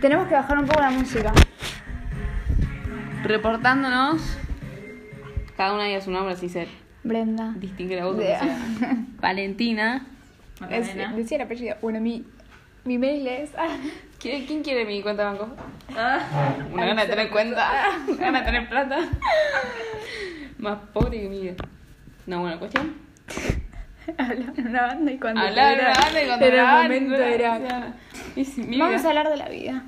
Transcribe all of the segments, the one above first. Tenemos que bajar un poco la música. Reportándonos. Cada una diga su nombre, así se Brenda. distingue la voz. como Yeah. sea. Valentina. eh, Es, Macarena. decía el apellido. Bueno, mi, mi mail es. ¿Quién, quién quiere mi cuenta de banco? Ah. Una gana de tener cuenta. Una gana de tener plata. Más pobre que mi vida. No, buena cuestión. hablar en una banda y cuando. Hablar era- grande cuando era grababa, el momento o era. sea, y si- mi Vamos a vida, hablar de la vida.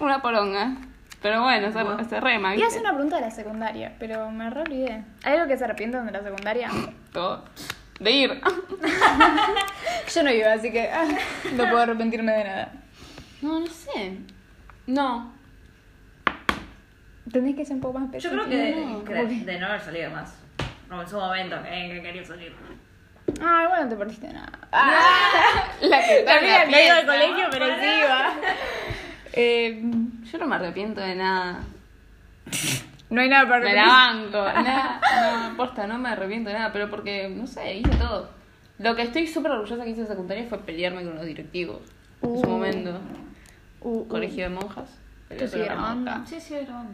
Una poronga. Pero bueno, se, se Iba rema. a ¿viste? hacer una pregunta de la secundaria, pero me re olvidé. ¿Hay algo que se arrepientan de la secundaria? Todo. De ir. Ah. Yo no iba, así que ah, no puedo arrepentirme de nada. No, no sé. No. Tenés que ser un poco más Yo específico. creo que de, ¿no? que de- de no haber salido más. Como en su momento, que, que quería salir. Ah, igual no te perdiste nada. Ah, La que está en la iba al pieza. colegio, pero sí iba. Eh, Yo no me arrepiento de nada. no hay nada para Me la banco. Nada, no, aposta, no me arrepiento de nada, pero porque, no sé, hice todo. Lo que estoy súper orgullosa que hice en secundaria fue pelearme con los directivos. En su Uh. momento. Uh, uh, Colegio de monjas. Pero Esto ah. eso sigue era una grabando. monja. Sí, sí, grabando.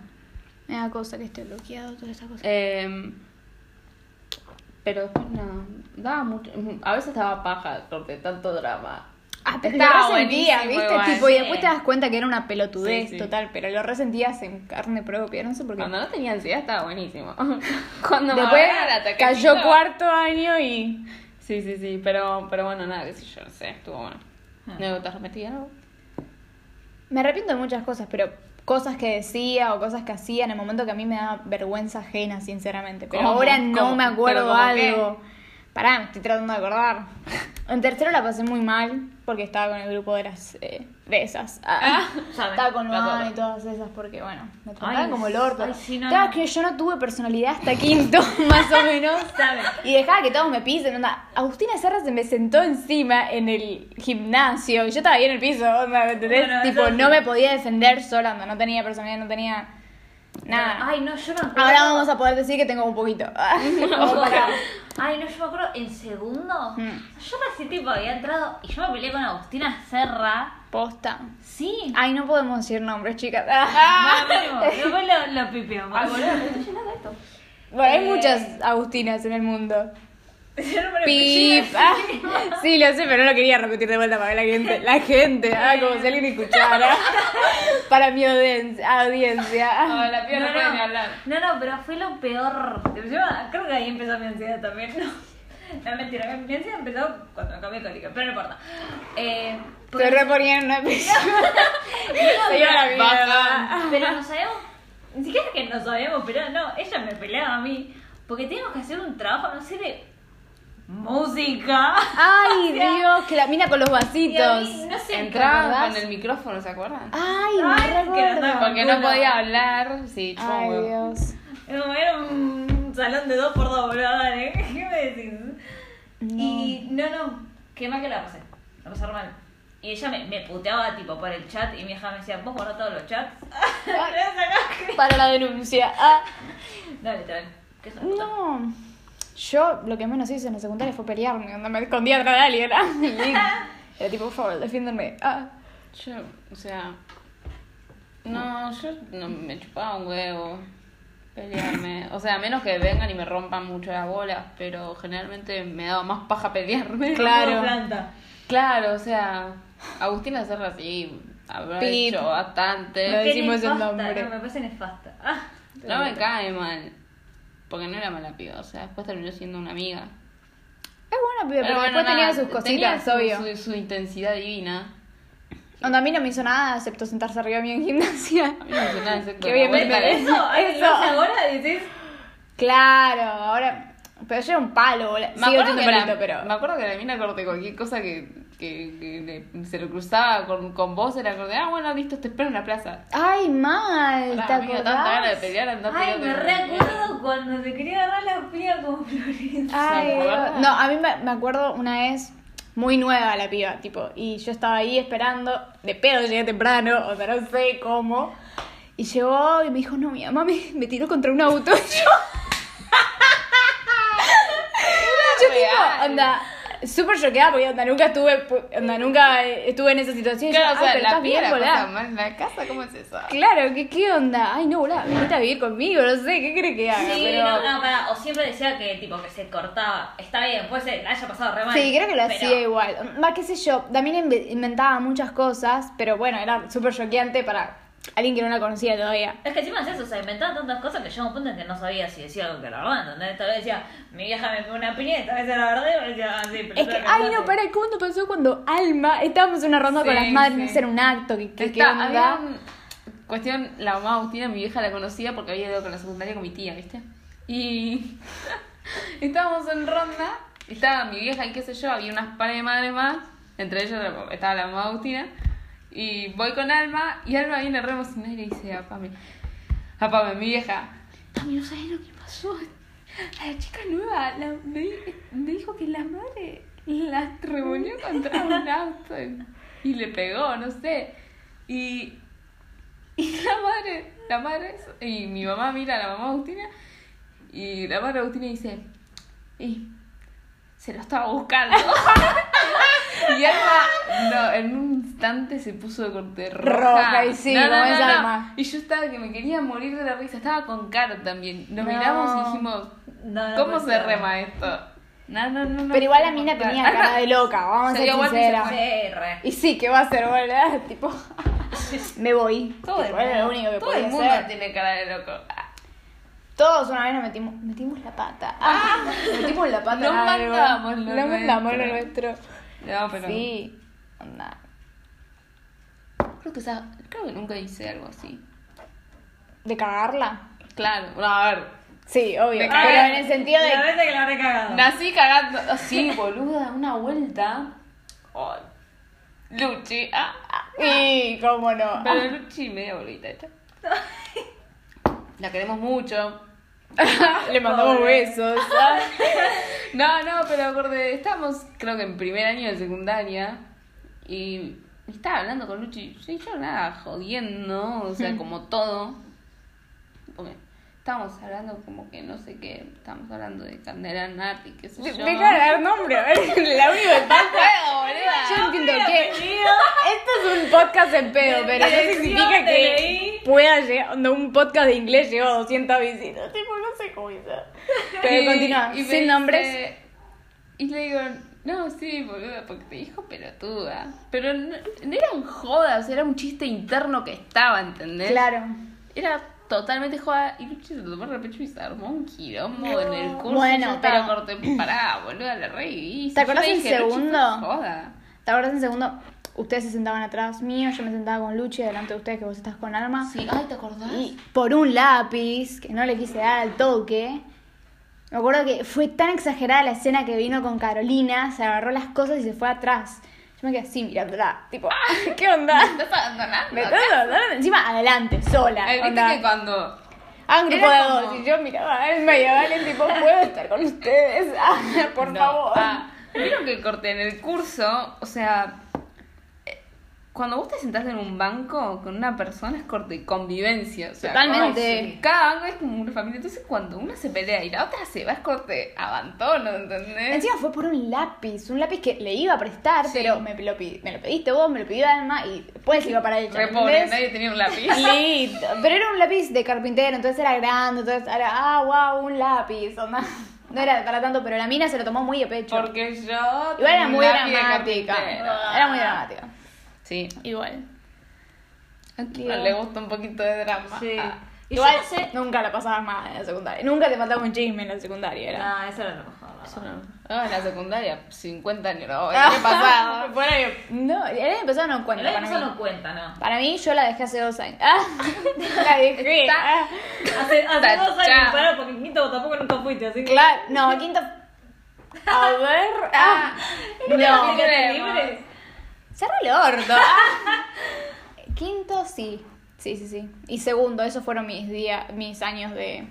Me da cosa que esté bloqueado, todas esas cosas. Eh, pero después nada. Daba mucho, a veces daba paja porque tanto drama. Ah, pero estaba lo resentías, buenísimo ¿viste? igual, tipo, y sí. después te das cuenta que era una pelotudez Sí, sí. total, pero lo resentías en carne propia, no sé por qué. Cuando no tenía ansiedad estaba buenísimo. Cuando me Después agarraba el ataquecito- cayó cuarto año y... Sí, sí, sí, pero, pero bueno, nada, qué sé yo, no sé, estuvo bueno. Ah. ¿No te arrepentí de algo? Me arrepiento de muchas cosas, pero cosas que decía o cosas que hacía en el momento que a mí me daba vergüenza ajena, sinceramente. Pero ¿Cómo? ahora no ¿Cómo? me acuerdo ¿Pero cómo algo. Pará, me estoy tratando de acordar. En tercero la pasé muy mal porque estaba con el grupo de las eh, de esas. Ah, saben, estaba con la Luan toda. y todas esas porque, bueno, me trataban Ay, como el orto. ay, sí, no, Claro, no. que yo no tuve personalidad hasta quinto, más o menos. Saben. Y dejaba que todos me pisen, onda. Agustina Serra se me sentó encima en el gimnasio. y Yo estaba ahí en el piso, onda, ¿me entendés? Bueno, tipo, eso sí. no me podía defender sola, onda, no tenía personalidad, no tenía nada. Ay, no, yo me acuerdo. Ahora vamos a poder decir que tengo un poquito. Ah, Como para- Ay, no, yo me acuerdo en segundo. Mm. Yo recién tipo había entrado y yo me peleé con Agustina Serra. Posta. Sí. Ay, no podemos decir nombres, chicas. Ah. Vamos, después lo, lo pipeamos. Bueno, hay Eh. muchas Agustinas en el mundo. Yo no me lo Pip. Ah, sí, lo sé, pero no lo quería repetir de vuelta para que la gente. La gente. Ah, como si alguien escuchara. Para mi audien- audiencia. la No, no, no, no, pero fue lo peor. Encima, creo que ahí empezó mi ansiedad también, ¿no? No, mentira, mi ansiedad empezó cuando me cambié de colegio, pero no importa. Eh, porque- Se reponían una No, Se iba la pero- mierda. Pero nos sabíamos, ni siquiera que nos habíamos peleado, no, ella me peleaba a mí. Porque teníamos que hacer un trabajo, no sé, de música. Ay, O sea, Dios, que la mina con los y a mí, vasitos. no sé, Entraba acordás? con el micrófono, ¿se acuerdan? Ay, Ay, me que recuerdo. andaba Porque no podía hablar, sí, chupa un Ay, huevo. Dios. Como era un salón de dos por dos, boludo, dale, ¿qué me decís? Y no, no, qué mal que la pasé, la pasé re mal. Y ella me, me puteaba tipo por el chat y mi hija me decía, vos borrás todos los chats. Para la denuncia. Ah, no, literal, qué hija de puta. no. Yo lo que menos hice en la secundaria fue pelearme. Cuando me escondía atrás de alguien. ah, y Era tipo, por favor, defiéndeme. Ah. Yo, o sea. No, yo no me chupaba un huevo pelearme. O sea, a menos que vengan y me rompan mucho las bolas, pero generalmente me daba más paja pelearme. Claro. Como planta. Claro, o sea, Agustina Serra sí habrá Pip. hecho bastante. No Qué decimos el nefasta, nombre. No, me parece nefasta. Ah, No me cae mal. Porque no era mala piba, o sea, después terminó siendo una amiga. Es buena piba, pero bueno, después tenía nada, sus cositas, tenía su- obvio. Su, su intensidad divina. Onda, a mí no me hizo nada excepto sentarse arriba mío en gimnasia. A mí no me hizo nada, excepto Que la obviamente vuelta de- eso, ay, Eso. lo haces ahora decís, Claro, ahora. Pero yo era un palo, boludo. Me Sigo acuerdo, siendo que un palito, la, pero. me acuerdo que la mina corte cualquier cosa que, que, que le- se le cruzaba con, con vos, era corte, ah, bueno, listo, te espero en la plaza. Ay, mal, Pará, ¿te amiga, tanta ganas de acordás? pelear, andá ay, peleate me con- recuerdo cuando se quería agarrar la piba como Florencia. Ay, ¿Se acuerda? Dios. no, a mí me, me acuerdo una vez muy nueva la piba, tipo, y yo estaba ahí esperando, de pedo llegué temprano, o sea, no sé cómo. Y llegó y me dijo, no, mi mamá me, me tiró contra un auto. Y yo, yo tipo, real. onda, súper choqueada porque onda, nunca estuve, onda, nunca estuve en esa situación. Y yo, Claro, o "Ay, sea, pero la estás vida bien, la pasa boluda. mal en la casa, ¿cómo es eso? Claro, ¿qué, ¿qué onda? Ay, no, boluda, venite a vivir conmigo, no sé, ¿qué crees que haga? Sí, pero... no, no, pará. O siempre decía que tipo que se cortaba. Está bien, puede ser, la haya pasado re mal. Sí, creo que lo hacía pero- igual. Más qué sé yo, también inve- inventaba muchas cosas, pero bueno, era súper choqueante para alguien que no la conocía todavía. Es que encima es eso, o sea, inventaba tantas cosas que llegó un punto en que no sabía si decía algo que la verdad, ¿entendés? Tal vez decía, mi vieja me pone una piñeta, tal vez era verdad, y yo decía, ah, sí, pero Es que, ay, no, para, ¿cómo te pasó cuando Alma, estábamos en una ronda con Sí, las madres, sí. no sé, era un acto, que que- qué Está- había onda? un- cuestión, la mamá Agustina, mi vieja, la conocía porque había ido con la secundaria con mi tía, ¿viste? Y estábamos en ronda, estaba mi vieja y qué sé yo, había unas pares de madres más, entre ellas la- estaba la mamá Agustina, y voy con Alma, y Alma viene re emocionada y le dice a Pame, a Pame, mi vieja, Pame, ¿no sabes lo que pasó? A la chica nueva la- me, di- me dijo que la madre la reunió contra un auto y, y le pegó, no sé. Y, y la madre, la madre, y mi mamá mira a la mamá Agustina y la madre Agustina dice, y se lo estaba buscando. Y Alma, no, en un instante se puso de corte roja. Roja, y sí, como es Alma. Y yo estaba que me quería morir de la risa. Estaba con Caro también. Nos No. miramos y dijimos, No, no ¿Cómo puede se ser. rema esto? No, no, no, no. Pero igual la no, mina no, no. tenía cara de loca, vamos a Se ser dio vuelta y se sinceras. Sí, re. Y sí, ¿qué va a hacer, boluda? Tipo, me voy. Todo el Tipo, era mundo, lo único que todo podía el mundo hacer. tiene cara de loco. Todos una vez nos metimos, metimos la pata. Ah, metimos la pata. Nos en algo. mandamos lo Nos mandamos lo nuestro. nuestro. No, pero Sí, onda. creo, que, esa- creo que nunca hice algo así. ¿De cagarla? Claro, no, a ver. Sí, obvio. De Pero cagar. en el sentido de. La vez que la habré cagado. Nací cagando. Así, boluda, una vuelta. Ay. Luchi. Ah, ah. Y cómo no. Pero Luchi media bolita hecha. La queremos mucho. Le mandamos Pobre. besos. ah. No, no, pero acordé, estábamos creo que en primer año de secundaria y estaba hablando con Luchi, sí, yo nada, jodiendo, o sea, como todo. Porque estábamos hablando como que no sé qué, estábamos hablando de Candela Nati, qué sé De- yo. Deja de dar nombre, a ver. La única que ¡No falta. puedo, boluda! Yo entiendo Mira, que. querido. Esto es un podcast en pedo, pero no Dirección significa de que leí. pueda llegar. No, un podcast de inglés llegó a 200 visitas. Tipo, no sé cómo hizo. Pero Y- continúa, y me sin dice- nombres. Y le digo, no, sí, boluda, porque te dijo pelotuda. Pero no, no eran jodas, era un chiste interno que estaba, ¿entendés? Claro. Era totalmente joda y Luchi se lo tomó de pecho y se armó un quilombo en el curso. Bueno, yo estaba pero- corte, pará, boluda, la reviví. ¿Te acordás Yo le el dije, "Luchi, fue segundo? Joda. ¿Te acuerdas en segundo? Ustedes se sentaban atrás mío, yo me sentaba con Luchi, delante de ustedes que vos estás con Alma. Sí, ay, ¿te acordás? Y por un lápiz, que no le quise dar al toque. Me acuerdo que fue tan exagerada la escena que vino con Carolina, se agarró las cosas y se fue atrás. Yo me quedé así mirándola, tipo, ¿qué Me onda? estás abandonando. Me estás abandonando? encima adelante, sola. Ay, Viste onda. que cuando. Ah, un grupo era de dos. como- Y yo miraba al medio, vale, tipo, puedo estar con ustedes. Ah, por No, favor. ah, Vieron que corté en el curso, o sea, eh, cuando vos te sentás en un banco con una persona es corte convivencia, o sea, Totalmente. como si cada banco es como una familia, entonces cuando una se pelea y la otra se va es corte abandono, ¿entendés? Encima fue por un lápiz, un lápiz que le iba a prestar, Sí. pero me lo, pi- me lo pediste vos, me lo pidió Alma y después iba para ella. Re pobre, ¿entendés? nadie tenía un lápiz. Lit. Pero era un lápiz de carpintero, entonces era grande, entonces era, ah, wow, un lápiz. onda. No era para tanto, pero la mina se lo tomó muy de pecho. Porque yo... Igual tenía era un muy lápiz de dramática. carpintero. Era muy dramática. Sí, Igual. Aquí le gusta un poquito de drama. Sí. Ah. Y Igual yo no sé. nunca la pasabas más en la secundaria. Nunca te faltaba un chisme en la secundaria. Era. No, eso era lo mejor. la Eso verdad. no. Ah, en la secundaria, 50 años, no, el Ah. año pasado. Fue el año- No, el año pasado no cuenta. El año para pasado mí. no cuenta, ¿no? Para mí, yo la dejé hace dos años. Ah, la dejé. Está- Ah. Hace, hace dos Tachá. años, pará, porque en quinto tampoco nunca fuiste, así que... Claro, no, quinto. A ver. Ah, no. ¿Qué te creemos. libres? Cerra el orto. Ah. Quinto, sí. Sí, sí, sí. Y segundo, esos fueron mis días, mis años de.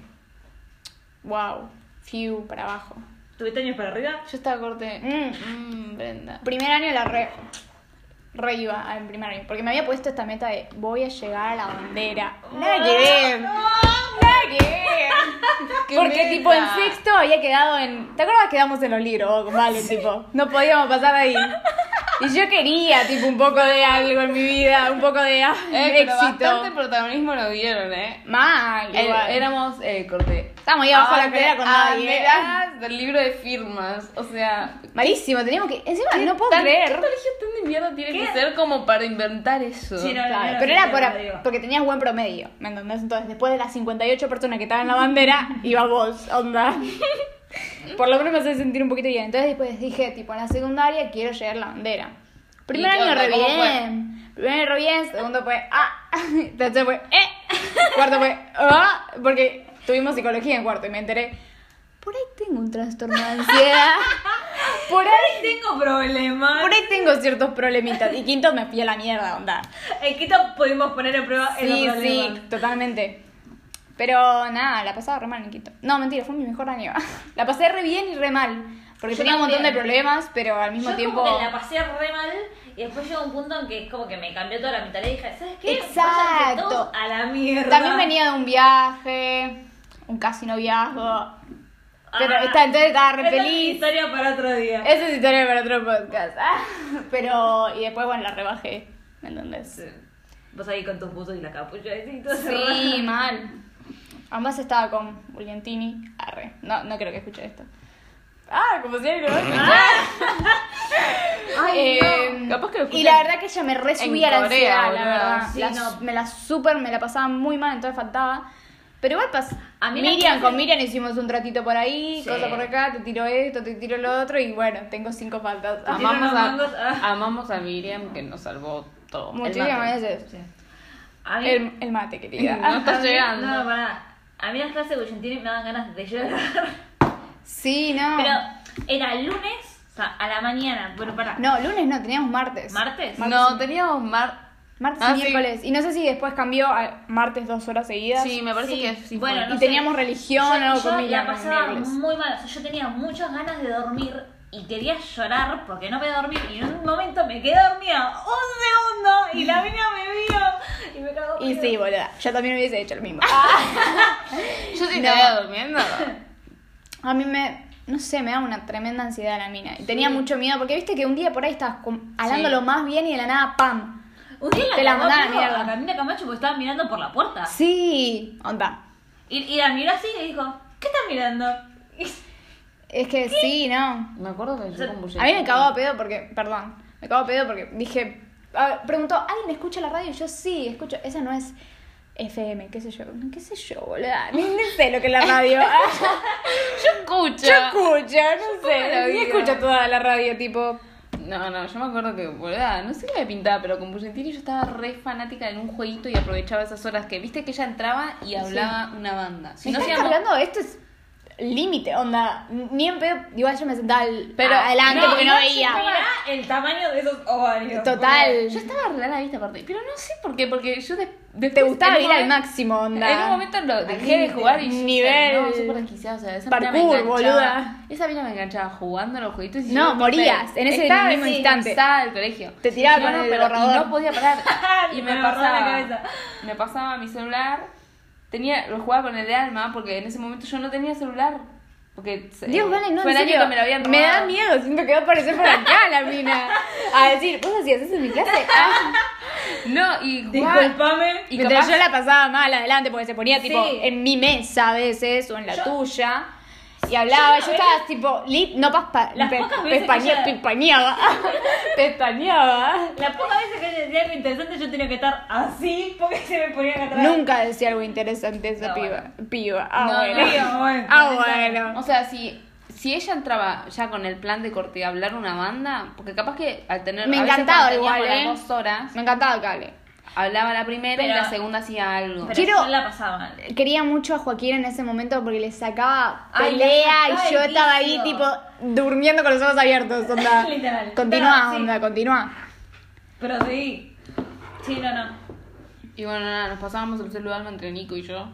Wow. Few para abajo. ¿Tuviste años para arriba? Yo estaba corte. Mm. Mmm, Brenda. Primer año la re. Re iba en primer año. Porque me había puesto esta meta de voy a llegar a la bandera. Nada que ver. Nada que Porque tipo en sexto había quedado en. ¿Te acuerdas que quedamos en los libros con Valen? Tipo, no podíamos pasar ahí. Y yo quería, tipo, un poco de algo en mi vida, un poco de ah, Eh, pero bastante éxito. protagonismo lo dieron, ¿eh? Mal, Eh, Ah, igual. éramos, eh, corte. Estábamos ahí abajo de la Abande- escalera con nadie. ¿eh? Abanderas del libro de firmas. O sea. Malísimo, teníamos que. Encima, no puedo tan- creer. ¿Qué colegio tan de mierda tiene ¿Qué? que ser como para inventar eso? Sí, no, Claro, no, no, pero sí, era te por- lo digo. porque tenías buen promedio, ¿me entendés? Entonces, después de las 58 personas que estaban en la bandera, iba vos, onda. Por lo menos me hace sentir un poquito bien. Entonces, después dije, tipo, en la secundaria quiero llegar a la bandera. Primer ¿Y qué año onda? re ¿Cómo fue? bien. Primer año re bien, segundo fue, ah. Tercero fue, eh. Cuarto fue, ah. Porque tuvimos psicología en cuarto y me enteré, por ahí tengo un trastorno de ansiedad. Por ahí, Tengo problemas. por ahí tengo ciertos problemitas. Y quinto me fui a la mierda, onda. e- En Quito pudimos poner en prueba Sí, el problema. sí, totalmente. Pero nada, la pasaba re mal en Quito. No, mentira, fue mi mejor año. la pasé re bien y re mal. Porque Yo tenía un montón de también. problemas, pero al mismo Yo tiempo. como que la pasé re mal y después llegó un punto en que es como que me cambió toda la mentalidad y dije, ¿sabes qué? Exacto. Váyanse todos a la mierda. También venía de un viaje, un casi noviazgo. Pero Ah, está, entonces estaba re esa es mi feliz. Eh. historia para otro día. Esa es historia para otro podcast. Ah, pero. Y después, bueno, la rebajé. ¿Me entendés? Vos ahí con tus buzos y la capucha y todo Sí, mal. Además estaba con Bulgentini. Arre. No, no creo que escuche esto. Ah, como si alguien lo Ah. Eh, Em, Capaz que lo y escuchan la verdad que ella me resubía en la Corea, ansiedad, la boluda. verdad. Sí, La- no. Me la super, me la pasaba muy mal, entonces faltaba. Pero igual pas A mí la Miriam, clase- con Miriam hicimos un tratito por ahí, Sí. cosa por acá, te tiro esto, te tiro lo otro, y bueno, tengo cinco faltas. Ah, Amamos Tiene unos mangos, ah. a, amamos a Miriam que nos salvó todo. El mate. Muchísimas veces. A mí, El, el mate, querida. No está a mí- llegando. No, para. A mí las clases de Bullentini me dan ganas de llorar. Sí, no. Pero era lunes, o sea, a la mañana. Bueno, para. No, lunes no, teníamos martes. ¿Martes? No, teníamos mar. Martes Ah, y sí. miércoles. Y no sé si después cambió a martes dos horas seguidas. Sí, me parece Sí. que sí. Bueno, fue. y no sé. teníamos religión o algo yo con la Miriam los pasaba miércoles. muy mal, o sea, yo tenía muchas ganas de dormir y quería llorar porque no me dormí y en un momento me quedé dormida un segundo y la mina me vio y me cagó. Y pedo. sí, boluda. Yo también hubiese hecho lo mismo. Yo sí No. estaba durmiendo. A mí me, no sé, me da una tremenda ansiedad la mina. Y tenía mucho miedo porque viste que un día por ahí estabas com- hablándolo más bien y de la nada, ¡pam! un día la te la cagó mandaba a la pedo mierda. a Camila Camacho porque estaba mirando por la Ah. puerta Sí, onda. y, y la miró así y dijo, ¿qué estás mirando? Y- Es que sí, no. Me acuerdo que yo con A mí me cagó a pedo porque, perdón, me cagó a pedo porque dije, a- preguntó, ¿alguien escucha la radio? Y yo sí, escucho, esa no es FM, qué sé yo, qué sé yo, boluda, ni, ni sé lo que es la radio. Ah, Yo escucho. yo escucho, no la sé, ni vida. escucho toda la radio, tipo, No, no, yo me acuerdo que, boluda, no sé qué me pintaba, pero con Bullentini yo estaba re fanática en un jueguito y aprovechaba esas horas que, viste, que ella entraba y hablaba una banda. Si me no estás hacíamos- cargando, esto es límite, onda, ni en pedo, igual yo me sentaba al- Pero- adelante no, porque no igual veía. Mirá el tamaño de esos ovarios. Total. Yo estaba re a la vista aparte, pero no sé por qué, porque yo de, después- Te gustaba en ir un al momento- máximo, onda. En un momento lo dejé de límite. jugar y yo Nivel. decía, no, súper desquiciada, o sea, esa mina Parkour, me enganchaba. boluda. Esa mina me enganchaba jugando a los jueguitos y No, yo, morías, en ese estaba mismo así, instante. Estaba del colegio. Te tiraba Y con no, el pero- y borrador. no podía parar. y Me me borró la pasaba, cabeza. me pasaba mi celular. Tenía, lo jugaba con el de alma porque en ese momento yo no tenía celular. Porque eh, Dios, vale, no, fue en el año serio, que me lo habían Me da robado. miedo, siento que va a aparecer por acá la mina. A decir, ¿vos hacías eso en mi clase? Ah. No, y jugaba. Disculpame. Y Mientras capaz- yo la pasaba mal adelante porque se ponía tipo Sí. en mi mesa a veces o en la Yo- tuya. Y hablaba, yo, yo estaba tipo, lit, no paspa, Las pe- pocas veces pestañe- que ella- pestañeaba. pestañeaba. La poca vez que yo decía algo interesante yo tenía que estar así porque se me ponían atrás. Nunca decía algo interesante esa No, piba. Piba. Ah, No, bueno. no. Digo, bueno, Ah, O bueno. sea, si, si ella entraba ya con el plan de corte hablar una banda, porque capaz que al tener. Me a veces encantaba cuando teníamos igual, ¿eh? las dos horas, Me encantaba Cale. hablaba la primera y Pero- la segunda hacía algo. Pero Quiero- yo la pasaba mal. Quería mucho a Joaquín en ese momento porque le sacaba Ay, pelea le sacaba y yo el estaba ahí vicio. tipo durmiendo con los ojos abiertos, onda. Literal. Continúa, Estaba, sí. onda, continúa. Pero sí. Sí, no, no. Y bueno, nada, nos pasábamos el celular entre Nico y yo.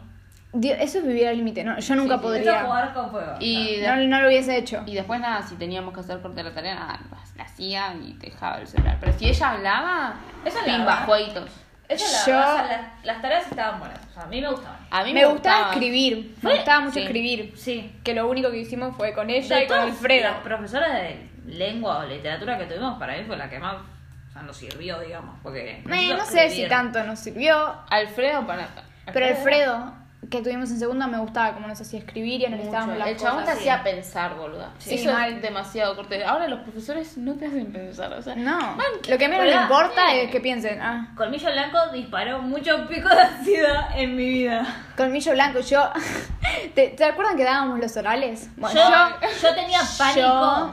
Dios, eso es vivir al límite, no, yo nunca sí, Esto es podría. jugar con fuego. Y, de- No, no lo hubiese hecho. y después, nada, si teníamos que hacer corte de la tarea, nada, la- la hacía y dejaba el celular. Pero si ella hablaba, Ella pimba, hablaba. jueguitos. Esa es Yo- Ah. la verdad, o sea, las, las tareas estaban buenas. O sea, a mí me gustaban. A mí ¿Eh? me, gustaba, escribir, me Fue- gustaba mucho sí. escribir. Sí. Que lo único que hicimos fue con ella De y con todas Alfredo. Las profesoras de lengua o literatura que tuvimos, para mí fue la que más o sea, nos sirvió, digamos. Porque Me- nosotros no sé si escribieron. tanto nos sirvió, Alfredo para. pero Alfredo, que tuvimos en segunda, me gustaba cómo nos hacía escribir y analizábamos Mucho. las El chabón te cosas. hacía pensar, boluda. Sí, Eso mal. es demasiado corte. Ahora los profesores no te hacen pensar, o sea. No, Man, lo que menos le Hola. importa Sí. es que piensen, ah, Colmillo Blanco disparó muchos picos de ansiedad en mi vida. colmillo blanco, yo... ¿Te, te acuerdan que dábamos los orales? Bueno, yo, yo tenía pánico,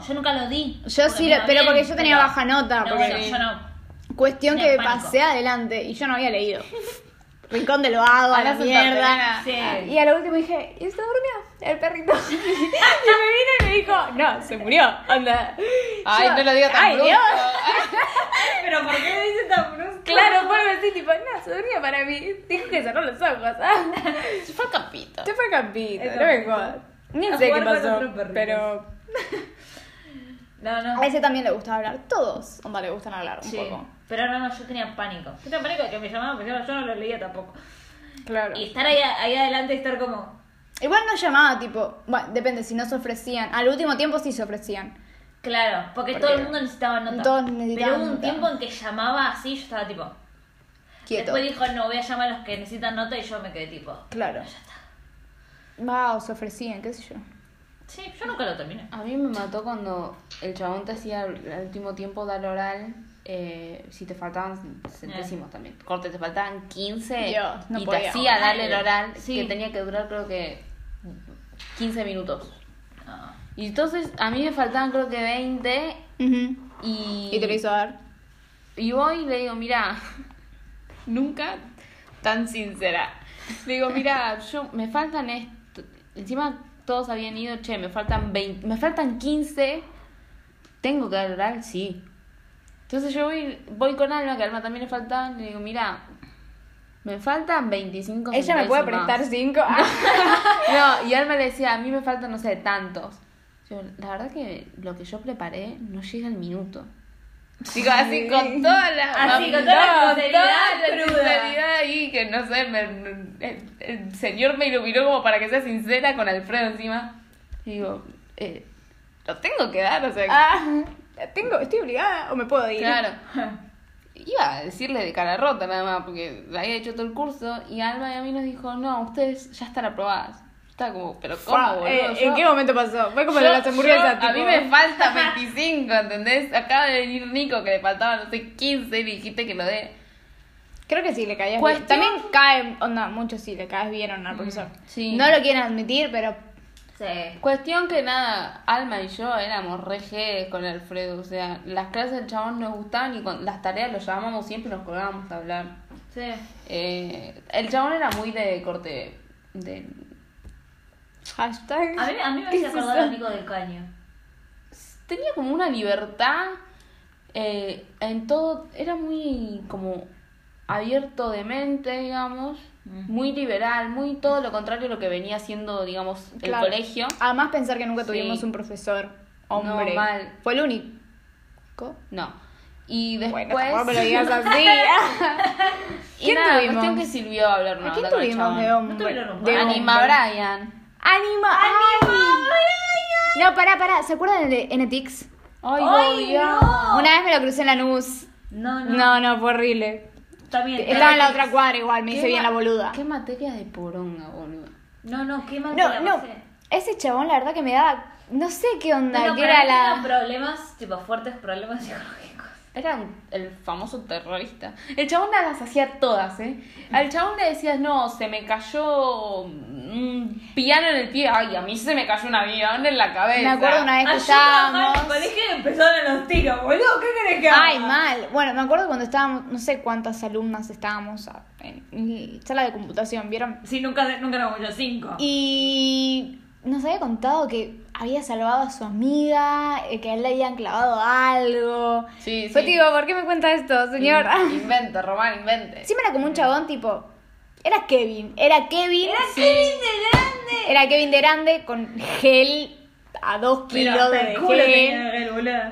yo- yo, nunca lo di. Yo Porque sí me lo- va pero bien, porque yo tenía pero- baja nota, No, porque- bueno, yo no. Cuestión Tenía que pánico. pasé adelante y yo no había leído. Rincón del vago, a Ahora la son mierda. tartaneras. Sí. Y a lo último dije, ¿y se durmió? El perrito. y me vino y me dijo, no, se murió. Anda. Ay, Yo, no lo digo tan Ay, brusco. Dios. Pero ¿por qué lo dices tan brusco? Claro, vuelvo así, tipo, no, se durmió para mí. Dijo que cerró los ojos. ah. Ay, Se fue al campito. Se fue campito, El no me campito. jodas. Ni A sé qué jugar con pasó, otros perritos. pero... No, no. A ese también le gustaba hablar. Todos, onda, le gustan hablar un Sí. poco. Pero no, no, yo tenía pánico. Yo tenía pánico de que me llamaban, pero yo no lo leía tampoco. Claro. Y estar ahí, ahí adelante y estar como. Igual no llamaba, tipo, bueno, depende, si no se ofrecían. Al último tiempo sí se ofrecían. Claro, porque Porque todo el mundo necesitaba nota. todos necesitaban Pero hubo un nota. tiempo en que llamaba así, yo estaba tipo. Quieto. Después dijo, no, voy a llamar a los que necesitan nota y yo me quedé tipo. Claro. Va, o se ofrecían, qué sé yo. Sí, yo nunca lo terminé. A mí me mató cuando el chabón te hacía al al último tiempo dar oral. eh, si te faltaban centésimos también. Corte, te faltaban 15. Dios, no y te podía. hacía darle el Ay, oral sí. que tenía que durar, creo que 15 minutos. No. Y entonces a mí me faltaban, creo que 20. Y, Y te lo hizo dar. Y voy y le digo, mira, nunca tan sincera. Le digo, mira, yo me faltan esto. Encima todos habían ido, che, me faltan 20, me faltan 15. Tengo que dar oral, sí. Entonces yo voy, voy con Alma, que a Alma también le faltaban, y le digo, mira, me faltan 25 Ella me puede centésimas". prestar cinco. Ah, No, y Alma le decía, a mí me faltan, no sé, tantos. Yo, la verdad que lo que yo preparé no llega al minuto. Digo, así con toda la... Así, con toda la toda sinceridad cruda. sinceridad ahí, que no sé, me- el, el señor me iluminó como para que sea sincera con Alfredo encima. Y digo, eh, lo tengo que dar, o sea... ah, tengo, estoy obligada o me puedo ir. Claro. Iba a decirle de cara rota nada más, porque había hecho todo el curso y Alma y a mí nos dijo, no, ustedes ya están aprobadas. Yo Estaba como, pero ¿cómo, Fa, boludo? eh, Yo- ¿En qué momento pasó? Fue como yo- lo de las hamburguesas. yo- A tipo, mí me falta 25, ¿entendés? Acaba de venir Nico que le faltaba, no sé, 15 y le dijiste que lo dé. Creo que sí, le caías Cuestión- Mm, bien. También cae, onda, mucho sí, le caes bien onda, al profesor. sí. No lo quieren admitir, pero Sí. Cuestión que nada, Alma y yo éramos re jedes con Alfredo, o sea, las clases del chabón nos gustaban y con las tareas lo llamábamos siempre y nos colgábamos a hablar. Sí. Eh, el chabón era muy de corte de hashtag. A mí, a mí me ¿qué hacía es acordar eso? a Nico del Caño. tenía como una libertad eh, en todo era muy como abierto de mente digamos Mm. muy liberal muy todo lo contrario a lo que venía siendo digamos el Claro. colegio Además, pensar que nunca Sí. tuvimos un profesor hombre. No, mal. Fue el único. no y después Bueno, tampoco me lo digas así. y ¿Quién nada, tuvimos? cuestión que sirvió hablar una ¿A quién onda con el tuvimos chabón. de hombre? No tuvieron un De hombre. Anima hombre. Brian ¡Anima! ¡Ay! No, pará, pará. ¿Se acuerdan de Enetix? ay, ¡Ay, Dios! no! Una vez me lo crucé en la NUS. No, no. No, no, fue horrible. También. Estaba en la otra cuadra igual, me Qué hice bien ma- la boluda. qué materia de poronga boludo No, no, qué mal que No, la no. pasé. Ese chabón, la verdad que me daba. No sé qué onda, No, que era para mí la. eran problemas, tipo fuertes problemas psicológicos. Era un- el famoso terrorista. El chabón las hacía todas, ¿eh? Al chabón le decías, no, se me cayó mm, un piano en el pie. Ay, a mí se me cayó un avión en la cabeza. Me acuerdo una vez que Ayer trabajaba en el estábamos. colegio y empezaron los tiros, boludo. ¿Qué querés que haga? Ay, mal. Bueno, me acuerdo cuando estábamos, no sé cuántas alumnas estábamos a- en, en sala de computación, ¿vieron? Sí, nunca, nunca éramos yo cinco. Y nos había contado que había salvado a su amiga, eh, que a él le habían clavado algo. Sí, Fue sí. tipo, ¿por qué me cuenta esto, señor? In- Invente, Román, invente. Encima era como un chabón tipo. Era Kevin. Era Kevin. ¡Era sí, Kevin de grande! Era Kevin de grande con gel a dos Pero kilos hasta de el gel. culo tenía el boludo.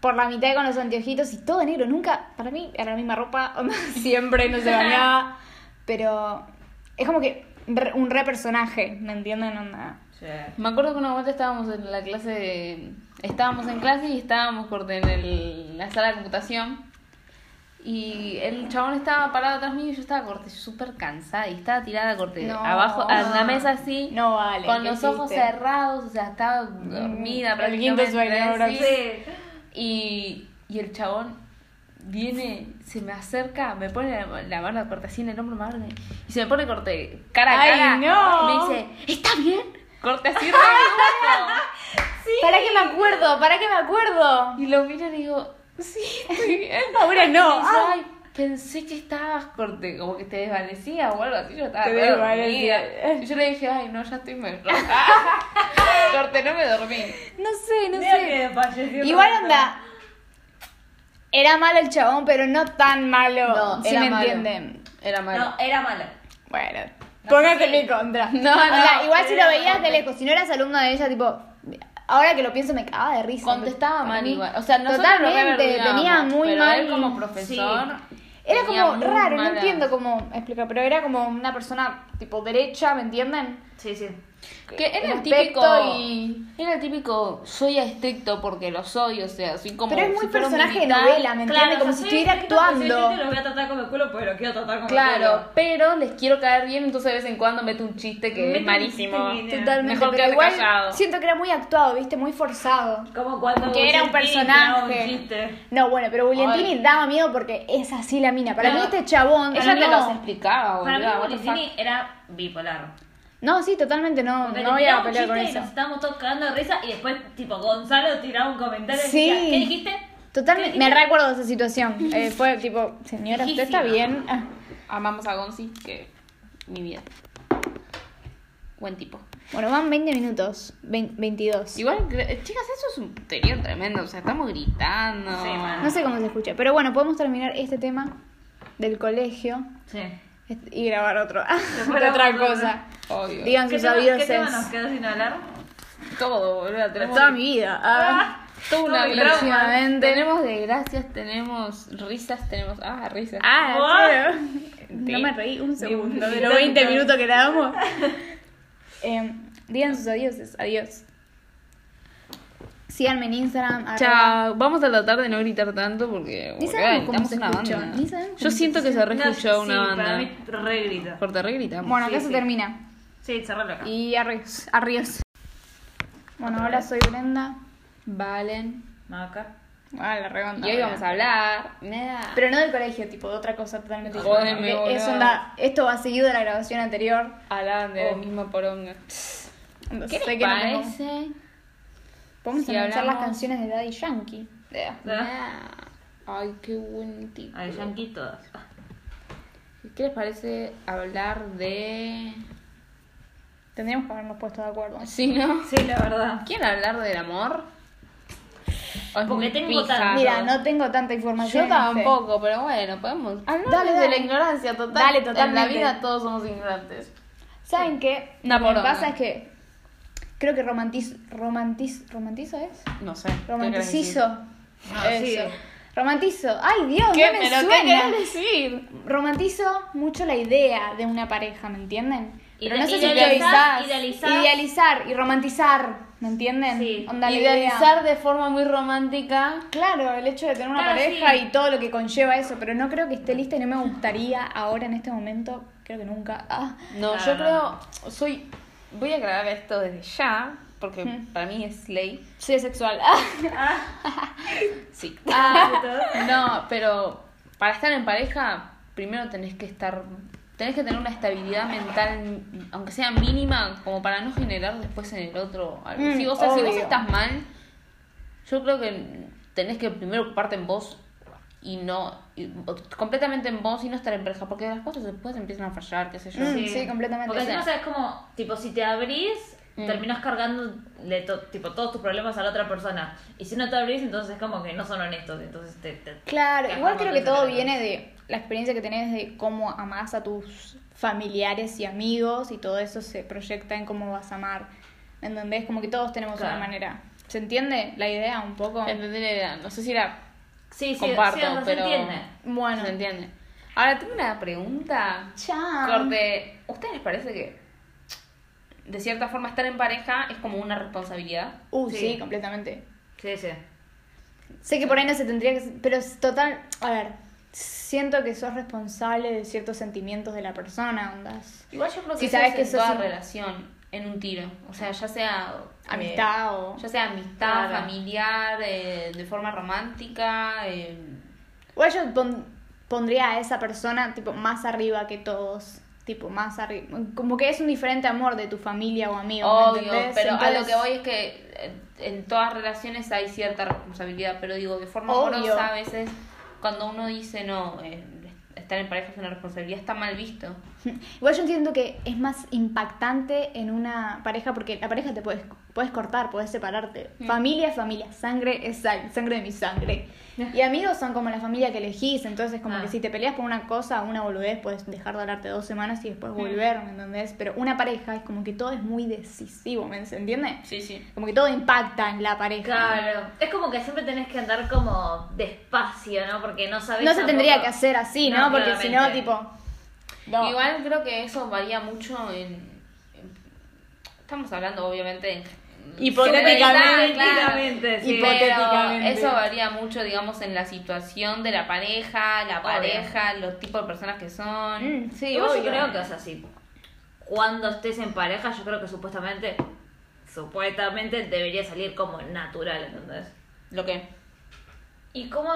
por la mitad con los anteojitos y todo negro. Nunca, para mí, era la misma ropa, onda, siempre no se bañaba. Pero es como que re- un re personaje, ¿me entienden? Onda. Sí. Me acuerdo que una vuelta estábamos en la clase de- Estábamos en clase y estábamos corte en el- la sala de computación. Y el chabón estaba parado atrás mío y yo estaba corte súper cansada y estaba tirada corte No. abajo a la mesa así. No vale, Con ¿qué los ojos hiciste? cerrados, o sea, estaba dormida Mm, el prácticamente. quinto sueño, ahora sí. Sí. Y, y el chabón viene, se me acerca, me pone la, la mano corta así en el hombro, me agarra y se me pone corte cara a Ay, cara. no. Me dice, ¿está bien? Corte así re brusco. ¿Para qué me acuerdo? ¿Para qué me acuerdo? Y lo miro y le digo, sí, estoy bien. Ahora Y no. Ah, dice, ay, pensé que estabas corte, como que te desvanecía o algo así, yo estaba Te re desvanecía. dormida. Y yo le dije, ay, no, ya estoy mejor. corte, no me dormí. No sé, no Mira sé. que falleció Igual Roberto. onda. Era malo el chabón, pero no tan malo. No, si era me malo. entienden. Era malo. No, era malo. Bueno, No póngate sé. mi contra. No, O sea, no, igual si era lo veías malo. de lejos, si no eras alumno de ella, tipo. Ahora que lo pienso, me cagaba de risa. Contestaba Para mal mí, igual. O sea, nosotros lo Totalmente, reverdeábamos, tenía muy pero mal. Él como profesor. Era tenía como muy raro, no mala- entiendo cómo explicar, pero era como una persona tipo derecha, ¿me entienden? Sí, sí. Que era en el típico. aspecto y- Era el típico. Soy estricto porque lo soy, o sea, soy como. Pero es muy si fuera un personaje de militar. novela, ¿me entiendes? o Como sea, si soy estuviera distinto, pues, actuando. Yo te lo voy a tratar como el culo porque lo quiero tratar como el Claro, culo. pero les quiero caer bien, entonces de vez en cuando meto un chiste que Mete es un malísimo. chiste que- Totalmente, Mejor pero quedarse igual callado. siento que era muy actuado, ¿viste? Muy forzado. Como cuando. Que era un Vicentini te daba un chiste. personaje. No, bueno, pero Bulliantini daba miedo porque es así la mina. Para No. mí este chabón, Ella te no. los explicaba, boludo. Para mí, what the fuck. Bonicini era bipolar. No, sí, totalmente no, Porque no le voy tiraba a un pelear con chiste y eso. Nos estábamos todos cagando de risa y después, tipo, Gonzalo tiraba un comentario Sí. y decía, ¿qué dijiste? Totalmente, ¿Qué me dijiste? recuerdo esa situación. Eh, fue tipo, señora, ¿usted está bien? Ah. Amamos a Gonzi, que. Mi vida. Buen tipo. Bueno, van 20 minutos, vein- 22. Igual, cre- chicas, eso es un puterío tremendo. O sea, estamos gritando. Sí, man. No sé cómo se escucha, pero bueno, podemos terminar este tema del colegio Sí. este- y grabar otro, Después otra grabamos cosa. Obvio. Digan ¿Qué sus tema, qué tema aviones. nos quedó sin hablar? Todo, boludo. Tenemos Toda mi vida. Ah. toda una todo mi vida. trauma. Tenemos desgracias, tenemos risas, tenemos. Ah, risas. Ah, What? No me reí un segundo de los Ni- 20 minutos que damos. Eh, digan sus adioses, adiós. Síganme en Instagram. arroba- Chao. Vamos a tratar de no gritar tanto porque. Ni boluda, sabemos cómo gritamos se una escuchó, banda. ni sabemos Yo cómo siento se que se re escuchó No, una sí, Para banda. mí, re grita. Corta, re gritamos. Bueno, Sí, acá se sí. termina. Sí, cerralo acá. Y arrios. arrios. Bueno, hola, soy Brenda. Valen. Acá. Ah, la regonda. Y hoy vamos a hablar. Nada. Pero no del colegio, tipo, de otra cosa totalmente Jódeme, diferente. porque boludo. es onda- esto va seguido de la grabación anterior. Hablan de la Oh. misma poronga. Entonces, ¿Qué sé les que no tenemos- parece? Podemos si analizar las hablamos- canciones de Daddy Yankee. Nah. Ay, qué buen tipo. Al yankee todas. ¿Qué les parece hablar de...? Tendríamos que habernos puesto de acuerdo. Sí, ¿no? Sí, la verdad. ¿Quieren hablar del amor? ¿O es Porque muy tengo pija? tan- Mira, no tengo tanta información. Yo tampoco, pero bueno, podemos hablar Dale, de dale. la ignorancia total. Dale, En totalmente. la vida todos somos ignorantes. ¿Saben qué? Una lo que poronga. pasa es que creo que romantiz, romantiz, romantizo es? No sé. ¿qué Romanticizo. Ah, sí. Eso. Romantizo. Ay, Dios, querés no me decir? ¿Qué? ¿Pero qué suena. querés decir? Romantizo mucho la idea de una pareja, ¿me entienden? Pero Ide- no sé si idealizás, idealizás. idealizás. Idealizar y romantizar, ¿me entienden? Sí. Onda, la idea. Idealizar de forma muy romántica. Claro, el hecho de tener una Claro, pareja sí. y todo lo que conlleva eso, pero no creo que esté lista y no me gustaría ahora en este momento, creo que nunca. Ah. No, Claro, yo no. creo... Soy... Voy a grabar esto desde ya, porque Mm. para mí es ley. Soy asexual. Ah, Sí. ah, No, pero para estar en pareja, primero tenés que estar. Tenés que tener una estabilidad mental, aunque sea mínima, como para no generar después en el otro algo. Mm, Sí, o sea, si vos obvio. estás mal, yo creo que tenés que primero ocuparte en vos y no. y- o- completamente en vos y no estar en pareja, porque las cosas después empiezan a fallar, qué sé yo. Mm, sí, completamente. Porque si no Sí. sabes cómo, tipo, si te abrís, Mm. terminás cargando tipo, todos tus problemas a la otra persona. Y si no te abrís, entonces como que no son honestos. Entonces te... te- Claro, te igual agarran creo con que esa todo cara. viene de la experiencia que tenés de cómo amás a tus familiares y amigos y todo eso se proyecta en cómo vas a amar. ¿Me entendés? Como que todos tenemos Claro. una manera. ¿Se entiende la idea un poco? Entendí la idea. No sé si era. Sí, sí, comparto, sí, no se pero. entiende. Bueno. Se entiende. Ahora tengo una pregunta. Chan. Corte. ¿Ustedes les parece que de cierta forma estar en pareja es como una responsabilidad? Uh, sí. Sí. completamente. Sí, sí. Sé que por ahí no se tendría que... Pero es total... A ver, siento que sos responsable de ciertos sentimientos de la persona, ondas. Igual yo creo que Si eso sabes es que en sos toda un- relación en un tiro. O sea, ya sea eh, Amistad o... ya sea amistad, Claro. familiar, eh, de forma romántica, eh, Igual yo pon- pondría a esa persona tipo más arriba que todos. Tipo, más arriba. Como que es un diferente amor de tu familia o amigo. ¿me obvio, entendés? pero a lo Entonces, que voy es que eh, en todas relaciones hay cierta responsabilidad, pero digo, de forma Obvio. amorosa a veces cuando uno dice no, eh, estar en pareja es una responsabilidad, está mal visto. Igual yo entiendo que es más impactante en una pareja porque la pareja te puedes, puedes cortar, puedes separarte. Mm. Familia es familia, sangre es sal- sangre de mi sangre. Y amigos son como la familia que elegís, entonces como Ah. que si te peleas por una cosa, una boludez, puedes dejar de hablarte dos semanas y Mm. después volver, ¿me entendés? Pero una pareja es como que todo es muy decisivo, ¿me se entiende? Sí, sí. Como que todo impacta en la pareja. Claro. Es como que siempre tenés que andar como despacio, ¿no? Porque no sabes. No se tampoco- tendría que hacer así, ¿no? No, Porque si no, claramente. tipo. no. Igual creo que eso varía mucho en... en- estamos hablando obviamente en... Hipotéticamente, Hipotéticamente, sí. Pero Hipotéticamente. eso varía mucho, digamos, en la situación de la pareja, la Obvio. pareja, los tipos de personas que son. Mm, Sí, sí, yo obvio. creo que, o sea, sí. Cuando estés en pareja, yo creo que supuestamente. Supuestamente debería salir como natural, ¿entendés? Lo que. Y como.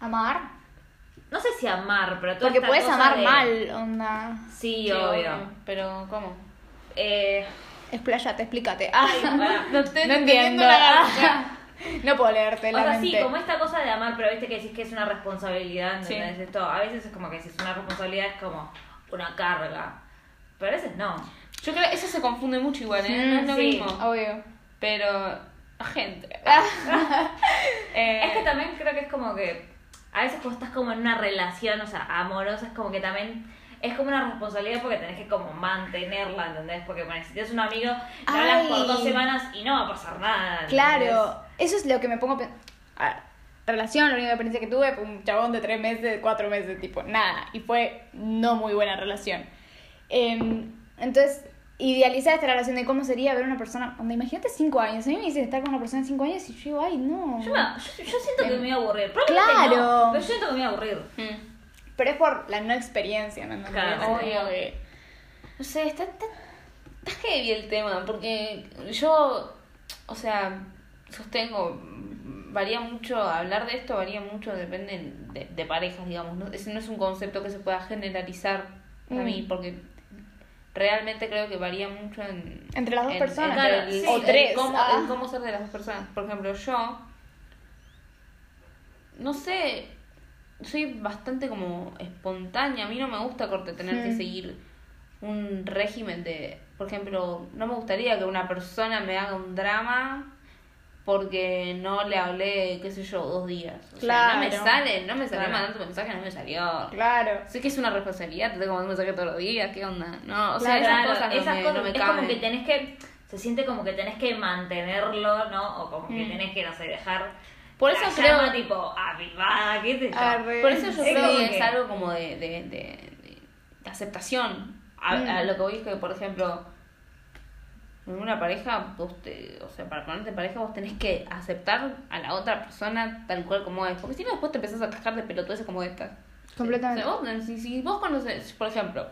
Amar. No sé si amar, pero toda Porque esta puedes cosa amar de- mal, onda. Sí, Sí, obvio. Pero, ¿cómo? Eh, Expláyate, explícate. ay, pará. Ah. No, estoy no entendiendo entiendo. la gracia. no puedo leerte O la sea, sí, mente. como esta cosa de amar, pero viste que decís que es una responsabilidad, Sí. ¿entendés? Esto, a veces es como que si es una responsabilidad es como una carga, pero a veces no. Yo creo que eso se confunde mucho igual, ¿eh? Mm, no es lo sí. Ah, mismo. Obvio. Pero. Gente. Eh. Eh, Es que también creo que es como que a veces cuando estás como en una relación, o sea, amorosa, es como que también es como una responsabilidad porque tenés que como mantenerla, ¿entendés? Porque bueno, si tienes un amigo, te hablas por Ay. dos semanas y no va a pasar nada. ¿entendés? Claro. Eso es lo que me pongo. a pen- A ver, relación, la única experiencia que tuve fue un chabón de tres meses, de cuatro meses, tipo, nada. Y fue no muy buena relación. Em, entonces, idealizar esta relación de cómo sería ver una persona. Onda, imagínate cinco años. A mí me dicen estar con una persona de cinco años y yo digo, ay, no. Yo, me- yo- yo siento que me iba a aburrir. Probablemente Claro. no, pero yo siento que me iba a aburrir. Mm. Pero es por la no experiencia, ¿me entendés? Claro. Obvio que- No sé, está, está, está heavy el tema, porque yo, o sea, sostengo, varía mucho, hablar de esto varía mucho, depende de, de parejas, digamos, ¿no? Ese no es un concepto que se pueda generalizar para Mm. mí, porque realmente creo que varía mucho en... Entre las dos en- personas. entre Claro, el- sí. O el tres, cómo, ah. el cómo ser de las dos personas. Por ejemplo, yo, no sé, soy bastante como espontánea. A mí no me gusta corte tener que Sí. seguir un régimen de, por ejemplo, no me gustaría que una persona me haga un drama porque no le hablé, qué sé yo, dos días. O sea, no me Claro. sale, no me salió Claro. mandando tu mensaje, no me salió. Claro. Sé que es una responsabilidad, te tengo que mandar un mensaje todos los días, ¿qué onda? No, o sea, Claro, esas cosas no esas me, cosas- no me es como caben. que tenés que, se siente como que tenés que mantenerlo, ¿no? O como que Mm. tenés que, no sé, dejar Por la eso llama, creo- tipo avivada, qué sé yo. Arre. Por eso yo Es creo como que que- es algo como de, de, de- de- de aceptación. A, a Mm. lo que voy es que, por ejemplo, en una pareja, vos te- o sea, para ponerte en pareja vos tenés que aceptar a la otra persona tal cual como es. Porque si no, después te empezás a quejar de pelotudeces como estas. O Completamente. sea, vos- si, si vos conoces, por ejemplo,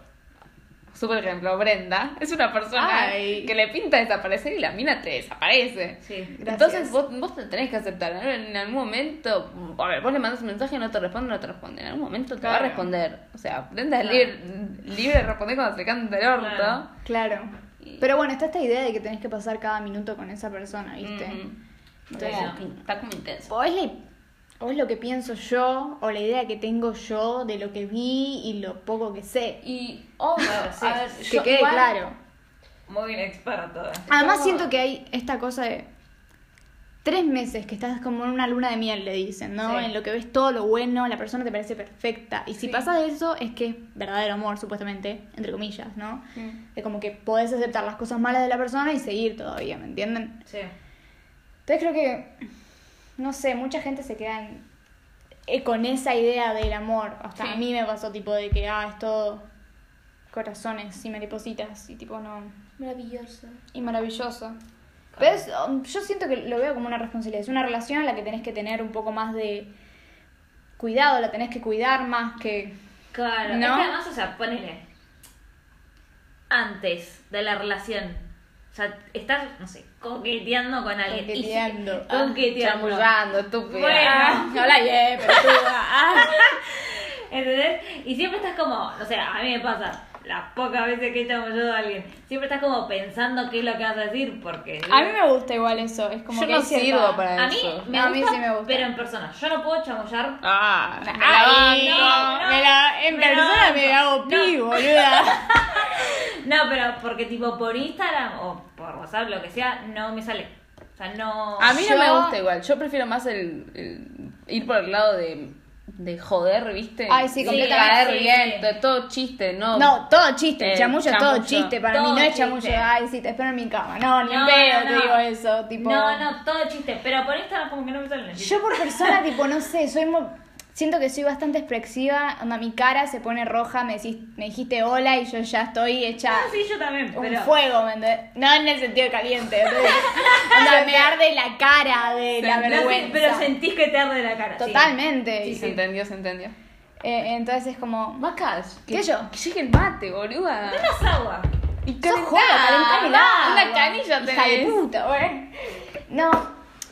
super ejemplo, Brenda, es una persona Ay. que le pinta desaparecer y la mina te desaparece. Sí. Gracias. Entonces vos, vos te tenés que aceptar. ¿no? En algún momento, a ver, vos le mandas un mensaje, no te responde, no te responde. En algún momento te va Claro. a responder. O sea, Brenda es Claro. libre, libre de responder cuando se canta el orto. Claro. Claro. Pero bueno, está esta idea de que tenés que pasar cada minuto con esa persona, ¿viste? Mm. Entonces, Como- está como intenso. O, es la- o es lo que pienso yo, o la idea que tengo yo de lo que vi y lo poco que sé. Y, obvio, Sí. a ver, que yo quede igual- claro. Muy inexperto. eh. Además Yo- siento que hay esta cosa de tres meses que estás como en una luna de miel, le dicen, ¿no? Sí. En lo que ves todo lo bueno, la persona te parece perfecta. Y si Sí. pasa de eso, es que es verdadero amor, supuestamente, entre comillas, ¿no? Mm. Es como que podés aceptar las cosas malas de la persona y seguir todavía, ¿me entienden? Sí. Entonces creo que, no sé, mucha gente se queda en- eh, con esa idea del amor. Hasta Sí. a mí me pasó tipo de que, ah, es todo corazones y maripositas y tipo no. Maravilloso. Y maravilloso. Pero es, um, yo siento que lo veo como una responsabilidad. Es una relación en la que tenés que tener un poco más de cuidado, la tenés que cuidar más que... ¿No? Claro, es que además, o sea, ponele. Antes de la relación. O sea, estás, no sé, coqueteando con alguien. y si- Coqueteando. Ah, coqueteando. Chamullando, estúpida. Bueno. No la lleve, pelotuda. Ah. ¿Entendés? Y siempre estás como, no sé, a mí me pasa, las pocas veces que he chamullado a alguien, siempre estás como pensando qué es lo que vas a decir, porque... A mí me gusta igual eso. Es como Yo que no hay cierta- sirvo para- A mí eso. me No, a mí gusta, sí me gusta. pero en persona. Yo no puedo chamullar. Ah, me Ay, la no, banco. no. me la- en me la persona banco. me hago pi, No. boluda. No, pero porque tipo por Instagram o por WhatsApp, lo que sea, no me sale. O sea, no... A mí Yo- no me gusta igual. Yo prefiero más el, el ir por el lado de, de joder, ¿viste? Ay, sí, Y completamente, Caer sí, bien, sí. to- todo chiste, ¿no? No, todo chiste, Eh, chamullo es todo chamullo. chiste. Para mí Todo no es chiste. chamullo. Ay, sí, te espero en mi cama. No, ni en No, pedo no, te no. digo eso. Tipo... No, no, todo chiste, pero por Instagram como que no me sale. Yo por persona, tipo, no sé, soy muy... Siento que soy bastante expresiva, onda mi cara se pone roja, me, decís, me dijiste hola y yo ya estoy hecha Ah, sí, yo también, un pero... fuego, ¿me entendés? No en el sentido de caliente, ¿no? onda me arde la cara de la No, sí, vergüenza. pero sentís que te arde la cara. sí. Totalmente. Sí, se entendió, se entendió. Eh, entonces es como, Vacas. ¿Qué yo? Que llegue el mate, boluda. Más agua. Y ¡Sos joda, calentá el va, agua! Una canilla Hija de tenés. puta, güey. No,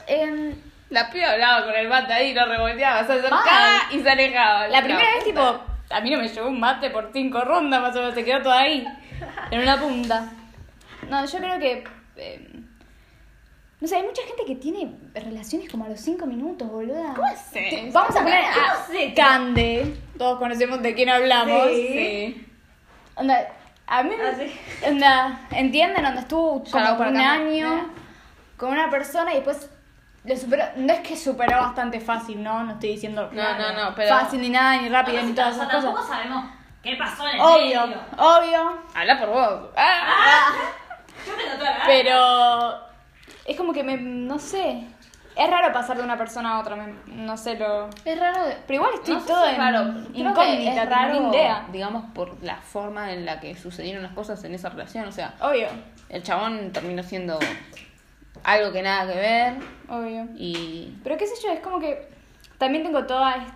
em, La piba hablaba con el mate ahí, lo revolteaba, se Mal. acercaba y se alejaba. La primera vez, tipo, puta. a mí no me llegó un mate por cinco rondas, más o menos, se quedó todo ahí, en una punta. No, yo creo que. eh, no sé, hay mucha gente que tiene relaciones como a los cinco minutos, boluda. ¿Cómo haces? Vamos a poner ¿Cómo a haces? Cande. Todos conocemos de quién hablamos. Sí. Onda, a mí me- Ah, sí. onda, entienden, onda estuvo Ya como hago por un acá, ¿no? año con una persona y después lo superó. No es que superó bastante fácil, ¿no? No estoy diciendo No, no, no, pero- fácil ni nada, ni rápido, ni todas esas Tampoco cosas. sabemos qué pasó en el Obvio, medio. obvio, Habla por vos. Ah. Yo tengo toda la pero es como que me, no sé, es raro pasar de una persona a otra, me- no sé lo... Es raro. de- Pero igual estoy No sé todo si en es raro. Creo que incógnita, es tipo, ni raro, idea. digamos, por la forma en la que sucedieron las cosas en esa relación. O sea, Obvio, el chabón terminó siendo algo que nada que ver obvio. y... Pero qué sé yo, es como que también tengo toda es-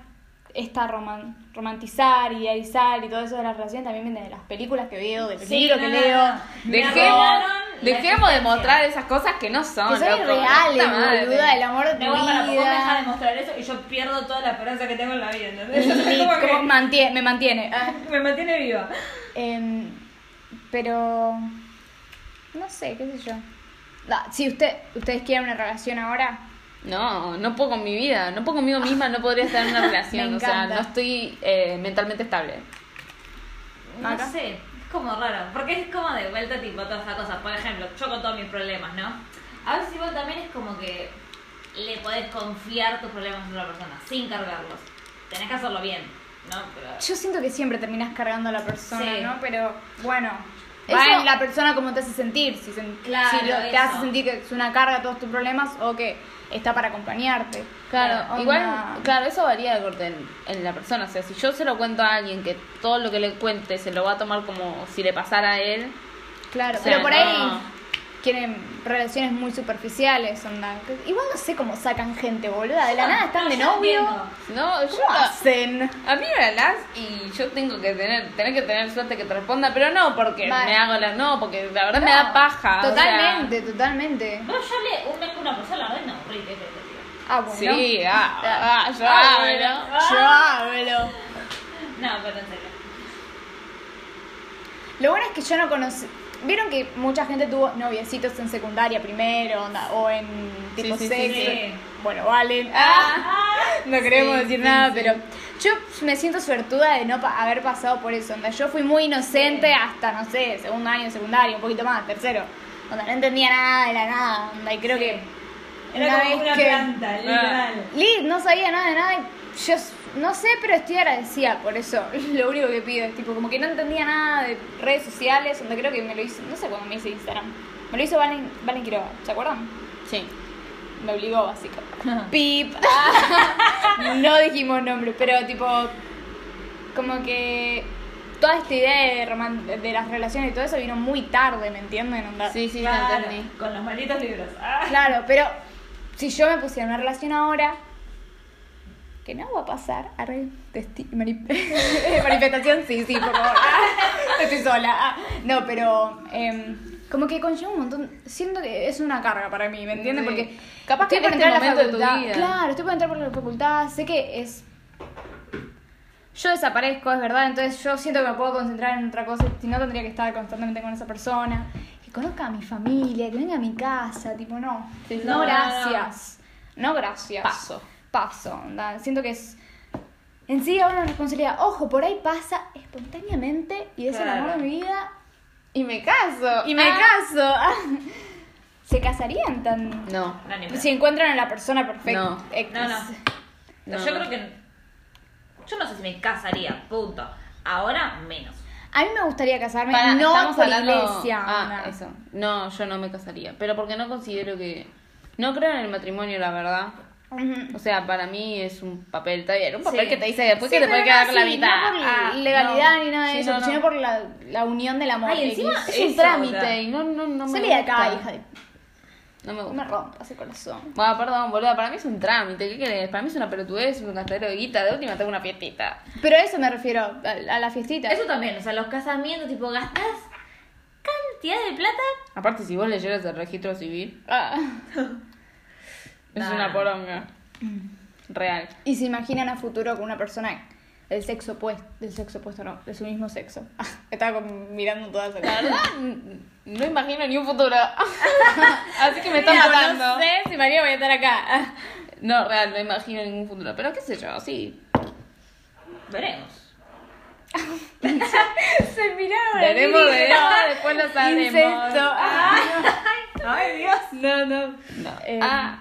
esta roman- romantizar, idealizar y todo eso de las relaciones, también viene de las películas que veo, del Sí, libro no, que no, leo. no. Me Dejemos, robaron la dejemos de existencia. mostrar esas cosas que no son. Que son loco, irreales, la puta madre. boluda, el amor de tu No, para vos me deja vida. de mostrar eso y yo pierdo toda la esperanza que tengo en la vida, ¿entendés? Y Como que como mantie- me mantiene. ah. me mantiene viva. Em, pero. No sé, qué sé yo. Da, si usted, ustedes quieren una relación ahora, No, no puedo con mi vida, no puedo conmigo misma, no podría estar en una relación. Me o sea, encanta. no estoy eh, mentalmente estable. No Acá. sé, es como raro, porque es como de vuelta tipo todas esas cosas. Por ejemplo, yo con todos mis problemas, ¿no? A ver si vos también es como que le podés confiar tus problemas a otra persona sin cargarlos. Tenés que hacerlo bien, ¿no? Pero... yo siento que siempre terminas cargando a la persona, Sí. ¿no? Pero bueno, Eso- va en la persona como te hace sentir. Si, sen- Claro, si lo- te hace eso. sentir que es una carga todos tus problemas o que está para acompañarte. Claro, Onda- igual, claro, eso varía de corte en, en la persona. O sea, si yo se lo cuento a alguien que todo lo que le cuente se lo va a tomar como si le pasara a él. Claro, O sea, pero por ahí no. quieren relaciones muy superficiales, onda. Igual no sé cómo sacan gente, boluda. De la nada están de yo novio. entiendo. No, yo ¿Cómo no- hacen? A mí me hablas y yo tengo que tener, tener que tener suerte que te responda, pero no porque Mal. me hago la. No, porque la verdad me No, da paja. o sea, Ah, Totalmente, totalmente. Bueno, yo hablé un mes con una persona, la verdad, no, horrible, pero, tío. Ah, bueno. sí, ah, ah, yo Ah, hablo. Ah. bueno. Yo hablo. No, pero en serio. Lo bueno es que yo no conocí. Vieron que mucha gente tuvo noviecitos en secundaria primero, onda, o en tipo Sí, Ah. sí, sí, sexo. sí. Bueno, Ah. valen. Ah, no queremos Sí, decir sí, nada, sí. pero yo me siento suertuda de no pa- haber pasado por eso. Onda, yo fui muy inocente hasta, no sé, segundo año, secundario, un poquito más, tercero. Onda, no entendía nada de la nada. Onda, y creo que. Era una como vez una que- planta, literal. Lit, no sabía nada de nada. y Yo s- no sé, pero estoy agradecida por eso. Lo único que pido es tipo, como que no entendía nada de redes sociales, donde creo que me lo hizo, no sé cuándo me hice Instagram. Me lo hizo Valen, Valen Quiroga, ¿se acuerdan? Sí. Me obligó, básico. Pip. no dijimos nombre, pero tipo. Como que. Toda esta idea de, roman- de las relaciones y todo eso vino muy tarde, ¿me entienden? Onda- Sí, sí, te Claro, entendí. Con los malditos libros. Ah. Claro, pero si yo me pusiera en una relación ahora, que no va a pasar, arre, testi- mani- manifestación, sí, sí, por favor, Ah, estoy sola. Ah, No, pero em, como que conlleva un montón, siento que es una carga para mí, ¿me entiendes? Sí. Porque Capaz que estoy por en entrar este a la momento de tu facultad, vida. Claro, estoy por entrar por la facultad, sé que es... Yo desaparezco, es verdad, entonces yo siento que me puedo concentrar en otra cosa, si no tendría que estar constantemente con esa persona, que conozca a mi familia, que venga a mi casa, tipo, no, Sí, no, no, no, no. gracias, no gracias. Paso. Paso, onda, siento que es... En sí ahora una responsabilidad, ojo, por ahí pasa espontáneamente y es el Claro. amor de mi vida Y me caso. y me Ah. caso. Ah, ¿Se casarían tan...? No. No, ni Si encuentran a la persona perfecta. No. X. No, no. No. Yo creo que. Yo no sé si me casaría, punto. Ahora menos. A mí me gustaría casarme, Para- no estamos por hablando- iglesia. Ah, no. eso. No, yo no me casaría. Pero porque no considero que. No creo en el matrimonio, la verdad. Ujú. O sea, para mí es un papel, está bien, un papel Sí. que te dice después Sí, que te pero puede quedar no, la sí, mitad. No por Ah, legalidad no. ni nada de Sí, eso, no, no. sino por la, la unión del amor. Ay, encima X. Es un Eso, trámite o sea. y no, no, no me Salí de acá, gusta. hija de... No me Me gusta. rompas el corazón. Bueno, perdón, boluda, para mí es un trámite, ¿qué querés? Para mí es una pelotudez, un gastadero de guita, de última tengo una fiestita. Pero a eso me refiero, a, a la fiestita. Eso también, o sea, los casamientos, tipo, gastás cantidad de plata. Aparte, si vos leyeras el registro civil, Ah. es Nah. una poronga. Mm. Real. Y se imaginan a futuro con una persona del sexo opuesto, del sexo opuesto no, de su mismo sexo. Ah, estaba como mirando todas las La verdad, n- no imagino ni un futuro. Así que me están Mira, volando. No sé si María voy a estar acá. Ah. No, real, no imagino ningún futuro. Pero qué sé yo, sí. Veremos. Se miraron. Veremos, así, veremos, no, después lo sabremos. Incesto. Ah. Ay, Dios. No, no. No. Eh, ah,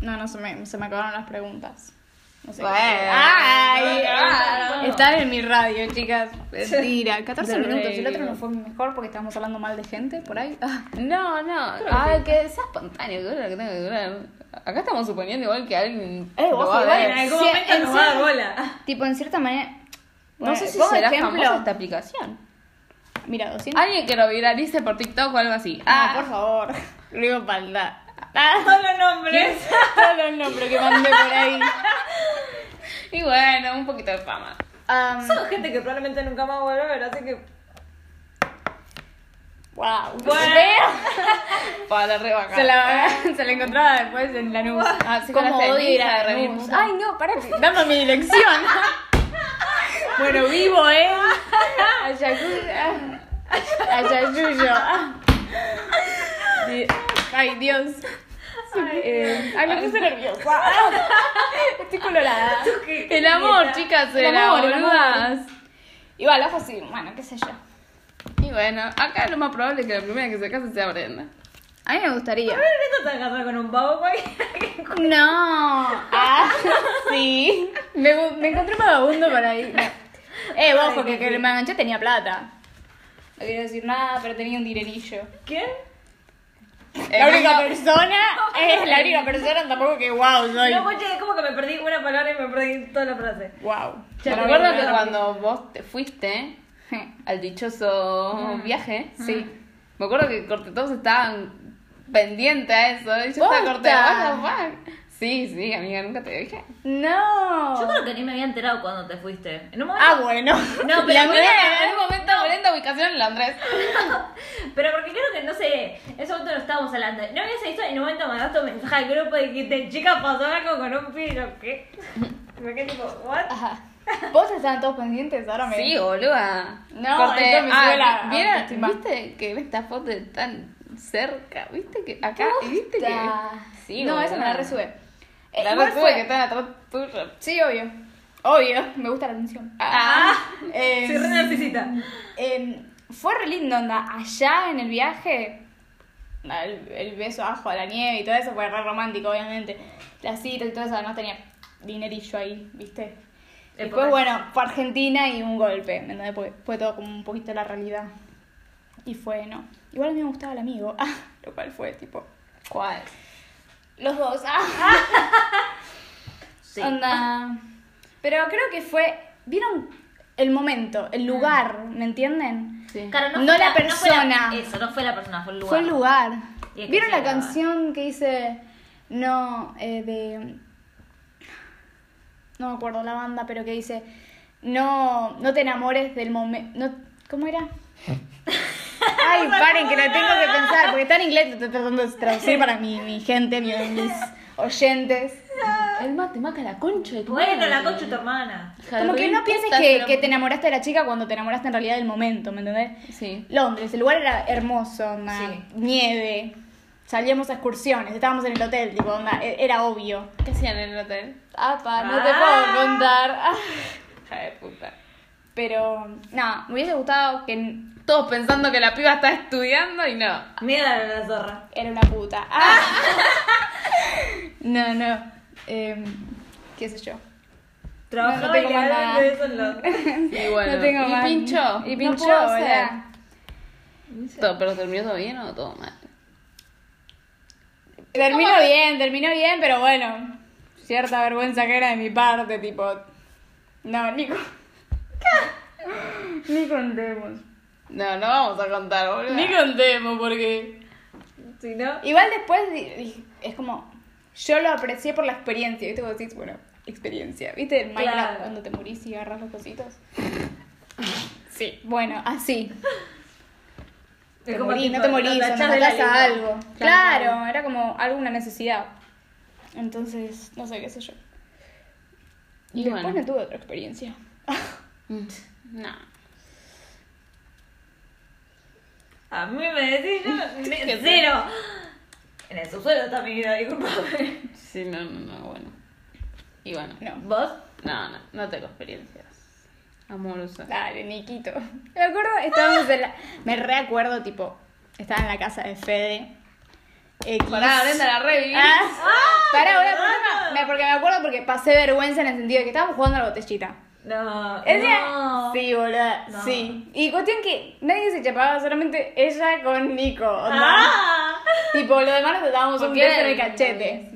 No, no, se me, se me acabaron las preguntas. No sé. Bueno. Ay, Claro. Están en mi radio, chicas. Mentira. 14 The minutos. El otro radio. no fue mejor porque estábamos hablando mal de gente por ahí. Ah. no, no. Ay, que sea espontáneo, que dure lo que tenga que durar. Acá estamos suponiendo igual que alguien. Eh, lo ojo, va a igual, ver. En algún Sí, momento en nos va a dar serio. bola. Tipo, en cierta manera. No Bueno, sé si pongo será ejemplo. famosa esta aplicación. Mira, 200. Alguien que lo viralice por TikTok o algo así. Ah, Ah, por favor. Lo digo para Todos los nombres. Todos los nombres que mandé por ahí. Y bueno, un poquito de fama. Am, Son gente que probablemente nunca más vuelva a ver, así que. wow. Bueno. Para la rebaja. Se la, se la encontraba después en la nube. Ah, sí, con Como la odio ir ceniza a de Revit Lanús. Musa. Ay, no, pará, que- dame mi dirección. bueno, vivo, ¿eh? Ayacuyo. Ayayuyo. Di- Ay, Dios. Ay, eh, ay, me puse nerviosa. Estoy colorada. El amor, chicas, El era, amor, el boludas. Igual, la fue así, bueno, qué sé yo. Y bueno, acá lo más probable es que la primera que se case sea Brenda. A mí me gustaría. Probablemente te casado con un pavo cualquiera. No. Ah, sí. Me, bu- me encontré un vagabundo por ahí. Eh, vos, porque que me enganché tenía plata. No quiero decir nada, pero tenía un dinerillo. ¿Quién? Eh, La única persona, es la única persona tampoco que wow soy. No, coche, es como que me perdí una palabra y me perdí toda la frase. Wow. Te recuerdo que cuando vos te fuiste al dichoso viaje, sí. Me acuerdo que corte, todos estaban pendientes a eso. Y yo Posta. estaba corte, what the fuck. Sí, sí, amiga, nunca te dije. No. Yo creo que ni me había enterado cuando te fuiste. En un momento. Ah, bueno. No, pero La bueno, mía- En algún momento Brenda ubicación en Londres. Pero porque creo que no sé, en ese momento no estábamos hablando. No habías visto en un momento mandaste un mensaje al grupo y dijiste, chicas, pasó algo con un piro, ¿qué? Me quedé tipo, ¿what? Ajá. Vos estaban todos pendientes, ahora me. Sí, boluda. "Ah, No, entonces me sube la ¿vieron- autoestima. ¿Viste que esta foto de tan cerca? ¿Viste que acá? ¿Te ¿Viste que? gusta? Sí, no, esa me la boluda. resube. Eh, La igual resube fue- que están atrás tuyo. Sí, obvio. Obvio. Me gusta la atención. Ah. Eh, Soy re narcisista. eh, fue re lindo, onda. Allá en el viaje, el, el beso abajo a la nieve y todo eso fue re romántico, obviamente. La cita y todo eso, además tenía dinerillo ahí, ¿viste? Y Épocas. Después, bueno, fue Argentina y un golpe, ¿me entendés? Porque fue todo como un poquito la realidad. ah, Y fue, no. Igual a mí me gustaba el amigo, lo cual fue tipo. ¿Cuál? Los dos. Ah, Sí. Onda. Pero creo que fue. ¿Vieron el momento, el lugar? ¿Me entienden? Sí. Claro, No fue la fue la- persona. eso, no fue la persona, fue el lugar. Fue el lugar. Y es que ¿Vieron sí, la la verdad. canción que dice. No, eh, de. No me acuerdo la banda, pero que dice. No, no te enamores del momento. ¿Cómo era? Ay, paren, que la tengo que pensar, porque está en inglés, estoy tratando de traducir para mi, mi gente, mi- mis oyentes. El mate maca la concha de tu Bueno, madre. la concha de tu hermana. Hija de Como que re no pienses puta, que, pero- que te enamoraste de la chica cuando te enamoraste en realidad del momento, ¿me entendés? Sí. Londres, el lugar era hermoso, onda, Sí. nieve, salíamos a excursiones, estábamos en el hotel, tipo, onda, e- era obvio. ¿Qué hacían en el hotel? Apa, no te puedo contar. Ah. Hija de puta. Pero, nada, me hubiese gustado que n- Todos pensando que la piba está estudiando y no. Mira la, la zorra. era una puta. Ah. no, no, em, qué sé yo. Trabajaba tengo y le más daban nada. de eso en la- Y bueno. no tengo y más. pinchó. Y No pinchó, pudo o ser. sea, Todo- ¿Pero terminó todo bien o todo mal? Terminó bien, terminó bien, pero bueno, cierta vergüenza que era de mi parte, tipo. No, Nico. Ni contemos. No, no vamos a contar, boludo. contemos, porque. Si no, Igual después di- dije, es como. Yo lo aprecié por la experiencia, ¿viste? Cuando decís, bueno, experiencia. ¿Viste el Minecraft Claro. cuando te morís y agarras los cositos? Sí. Bueno, así. es Te como morís, tipo, no te lo morís, tachás no de la matás a lista. algo. Claro, Claro. era como alguna necesidad. Entonces, no sé qué sé yo. Y Y después bueno. no tuve otra experiencia. Mm, No. A mí me decís yo, ne- cero. En el subsuelo está mi vida, disculpame. Sí, no, no, no, bueno. Y bueno. No. ¿Vos? No, no, no tengo experiencias amorosas. Dale, Niquito. Me acuerdo, estábamos en la. Me reacuerdo, tipo, estaba en la casa de Fede. X. Pará, Brenda, la reviví. Ah, pará, ¿verdad? una cosa más. Me- Porque me acuerdo porque pasé vergüenza en el sentido de que estábamos jugando a la botellita. No. Ese- no. Sí, boluda, No. sí. Y cuestión que nadie se chapaba, solamente ella con Nico. onda. Ah, Tipo, lo demás nos dábamos un beso en el cachete.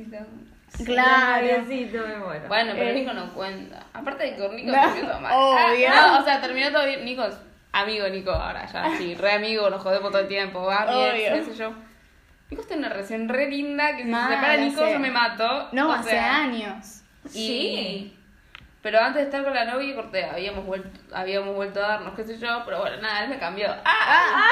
Claro. Diosito, me muero. Bueno, pero Eh. Nico no cuenta. Aparte de que con Nico No, terminó todo mal. obvio. Ah, no, o sea, terminó todo bien. Nico es amigo Nico ahora, ya sí, re amigo, nos jodemos todo el tiempo, va bien, Obvio. qué sé yo. Nico está en una relación re linda que si Mal, se separa Nico hace- yo me mato. No, o hace sea, años. Y... Sí. Pero antes de estar con la novia corté, habíamos vuelto, habíamos vuelto a darnos, qué sé yo, pero bueno, nada, él me cambió. Ah, Ah,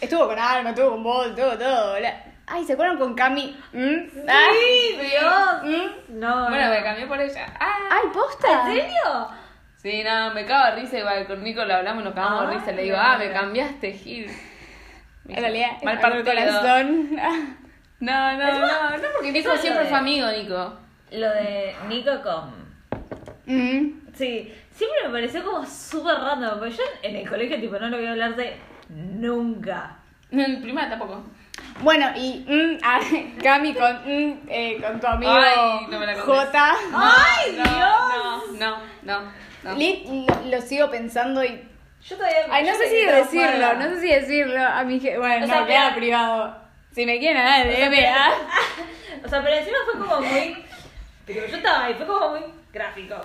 Estuvo con Alma, estuvo con vos, estuvo todo. la- Ay, ¿se acuerdan con Cami? ¿Mm? Sí, sí. Dios. ¿Mm? No, bueno, no. me cambió por ella. Ah. Ay, posta. ¿En serio? Sí, no, me cago de risa igual con Nico lo hablamos, nos cagamos de Ay, risa. Le digo, no. ah, me cambiaste, Gil. Me En dice, realidad, mal abrió el partido. corazón. Ah, No, no, no, no, porque Nico Eso es siempre lo fue de- amigo, Nico. Lo de Nico con. ¿Mm? Sí, siempre me pareció como súper random, porque yo en el colegio tipo no lo voy a hablar de nunca. No, en prima tampoco. Bueno, y mm, ah, Cami con, mm, eh, con tu amigo Ay, no me la contés. Jota. ¡Ay, no, Dios! No, no, no. no. Lit, lo- lo sigo pensando y. Yo todavía Ay, no yo sé me si quedé decirlo, traumada. no sé si decirlo a mi je- Bueno, O sea, no, queda pero- privado. Si me quieren, ah, DM, ah. O sea, pero encima fue como muy. Pero yo estaba ahí, fue como muy gráfico.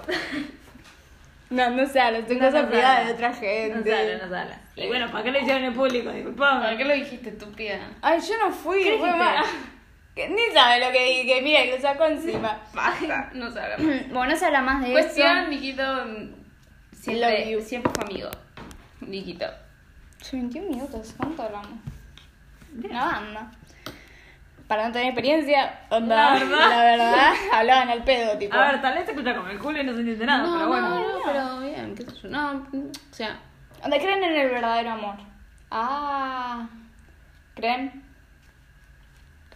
No, no sé, lo tengo No, no cosas sale. privadas de otra No gente. sale, no sale. Y bueno, ¿para qué lo hicieron en público? ¿Por Disculpame. qué lo dijiste, estúpida? Ay, yo no fui, ¿Qué fue dijiste? más- que Ni sabe lo que dije, mira, que lo sacó encima. Basta, no se habla más. Bueno, no se habla Eh, más de Cuestión, Niquito Love siempre, you. siempre fue amigo. Niquito. 21 minutos, ¿cuánto hablamos? Una banda. Para no tener experiencia, onda, La verdad. la verdad, hablaban al pedo, tipo. A ver, tal vez te cuenta como el culo y no se entiende nada, pero bueno. no, no, pero bien, qué sé yo. No, o sea, Onda, creen en el verdadero amor. Ah. ¿Creen?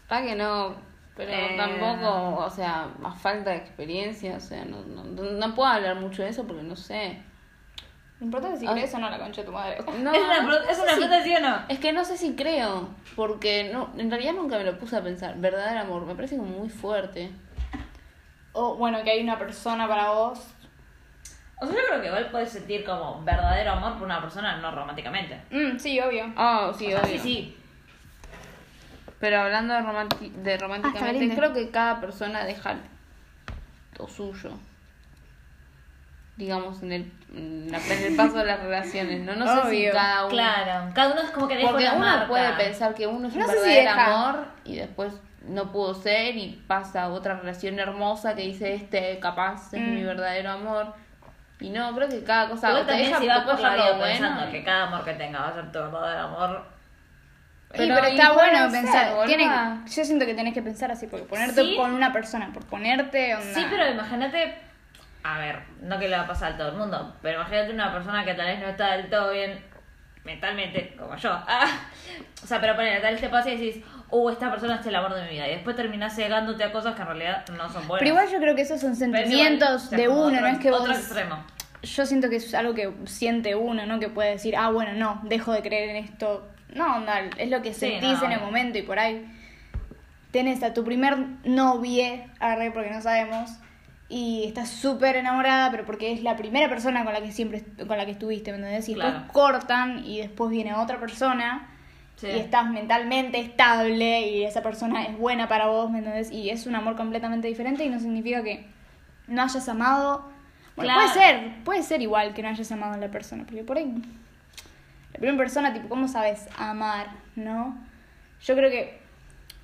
Capaz que no, pero Eh. tampoco, o sea, a falta de experiencia, o sea, no, no, no puedo hablar mucho de eso porque no sé. No importa si Ah. crees o no la concha de tu madre. No, es una, no pro- es sé una si- pregunta, sí o no. es que no sé si creo, porque no, en realidad nunca me lo puse a pensar. Verdadero amor, me parece como muy fuerte. O bueno, que hay una persona para vos. O sea, yo creo que igual puedes sentir como verdadero amor por una persona no románticamente. Mm, sí, obvio. Ah, sí, O sea, obvio. sí, sí. Pero hablando de, romanti- Ah, de románticamente, grande. creo que cada persona deja lo suyo. Digamos, en el, en la- en el paso de las relaciones, ¿no? No sé si Obvio, cada uno. Claro, cada uno es como que deja Porque una uno marca. puede pensar que uno es un No sé si verdadero deja. amor y después no pudo ser y pasa a otra relación hermosa que dice este capaz es Mm. mi verdadero amor. Y no, creo que cada cosa Igual también deja- si vas te por la deja lo vida pensando bueno y- que cada amor que tenga va a ser tu verdadero amor. Pero, Pero- pero está y puede bueno ser, pensar. boluda. tiene- yo siento que tenés que pensar así, porque ponerte Sí. con una persona, por ponerte. Onda. Sí, pero imagínate, a ver, no que le va a pasar a todo el mundo, pero imagínate una persona que tal vez no está del todo bien mentalmente, como yo. Ah, o sea, pero ponele, tal vez te pasa y decís, uh, esta persona es el amor de mi vida, y después terminás cegándote a cosas que en realidad no son buenas. Pero igual yo creo que esos son Pero es sentimientos igual, o sea, de como uno, otro- no es que vos. Otro extremo. Yo siento que es algo que siente uno, ¿no? Que puede decir, ah, bueno, no, dejo de creer en esto. No, onda, es lo que Sí, sentís no, en el obvio. momento y por ahí. Tenés a tu primer novie, arre, porque no sabemos, y estás súper enamorada, pero porque es la primera persona con la que siempre est- con la que estuviste, ¿me entendés? Y Claro. después cortan y después viene otra persona Sí. y estás mentalmente estable y esa persona es buena para vos, ¿me entendés? Y es un amor completamente diferente y no significa que no hayas amado. Bueno, Claro. puede ser, puede ser igual que no hayas amado a la persona, porque por ahí la primera persona, tipo, ¿cómo sabes amar, no? Yo creo que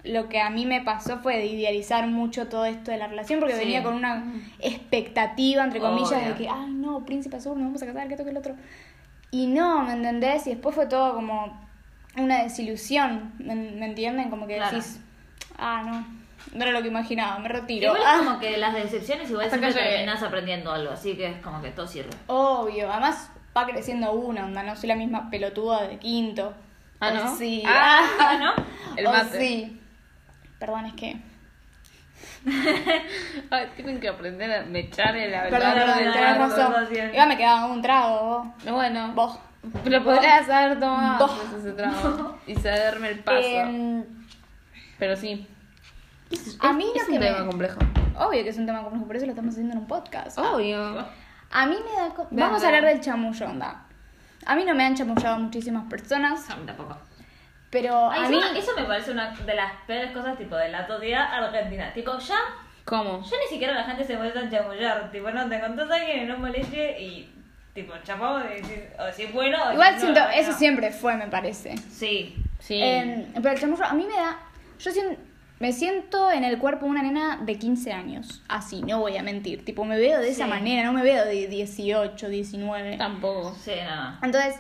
lo que a mí me pasó fue de idealizar mucho todo esto de la relación, porque Sí. venía con una expectativa, entre comillas, Obvio. de que, ay, no, príncipe azul, nos vamos a casar, que esto, que el otro. Y no, ¿me entendés? Y después fue todo como una desilusión, ¿me, me entienden? Como que Claro. decís, ah, no, no era lo que imaginaba, me retiro. Igual Ah. es como que de las decepciones igual Hasta siempre que llegue. terminás aprendiendo algo, así que es como que todo sirve. Obvio, además va creciendo una, onda, no soy la misma pelotuda de quinto. Ah, O ¿no? Sí. Ah, Ah, ¿no? El o mate. sí. Perdón, es que. Ay, tienen que aprender a mechar el hablar. Perdón, no, perdón, no, tenés no, no, razón. no, no, no. Igual me quedaba un trago Bueno, vos. Vos. lo podrías haber tomado Vos. antes ese trago y cederme el paso. Em, Pero sí. a mí es lo un que me- tema complejo. Obvio que es un tema complejo, por eso lo estamos haciendo en un podcast. Obvio. A mí me da. co- Vean, Vamos a vean. hablar del chamullo, onda. A mí no me han chamullado muchísimas personas, A mí tampoco. pero Ay, a mí. encima, eso me parece una de las peores cosas tipo de la totalidad argentina. Tipo, ya, ¿Cómo? ya ni siquiera la gente se molesta en chamullar. Tipo, no, te encontrás a alguien y no moleste y tipo, chapamos y decís, o si es bueno o si Igual no, siento, no, eso no. siempre fue, me parece. Sí. Sí. Eh, pero el chamuyo a mí me da. Yo sien- me siento en el cuerpo de una nena de 15 años. Así, no voy a mentir. Tipo, me veo de esa Sí. manera, no me veo de 18, 19. Tampoco. Sí, nada. Entonces,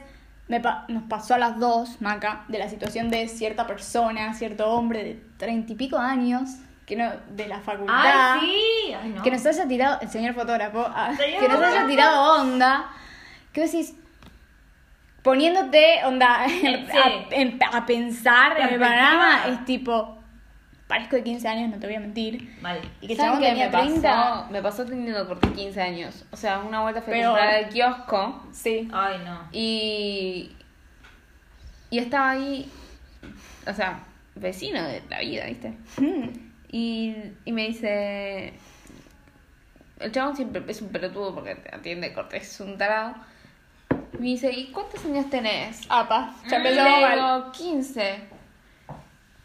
me pa- nos pasó a las dos, Maca, de la situación de cierta persona, cierto hombre de 30 y pico años, que no, de la facultad. Ay, sí. Ay, no. Que nos haya tirado, el señor fotógrafo, ah, Señor que nos haya fotógrafo. tirado onda. ¿Qué decís? Poniéndote onda Sí. a, en- a pensar en el Perspectiva. panorama, es tipo, parezco de 15 años, no te voy a mentir. Mal. Y que el ¿Saben chabón qué tenía me 30. Pasó? Me pasó teniendo por 15 años. O sea, una vuelta fui a Peor. comprar al kiosco Sí. Ay, no. y. Y estaba ahí. O sea, vecino de la vida, ¿viste? Mm. Y, y me dice. El chabón siempre es un pelotudo porque te atiende cortés, es un tarado. Y me dice, ¿y cuántos años tenés? Apa, ya Y le empezamos mal. digo, 15.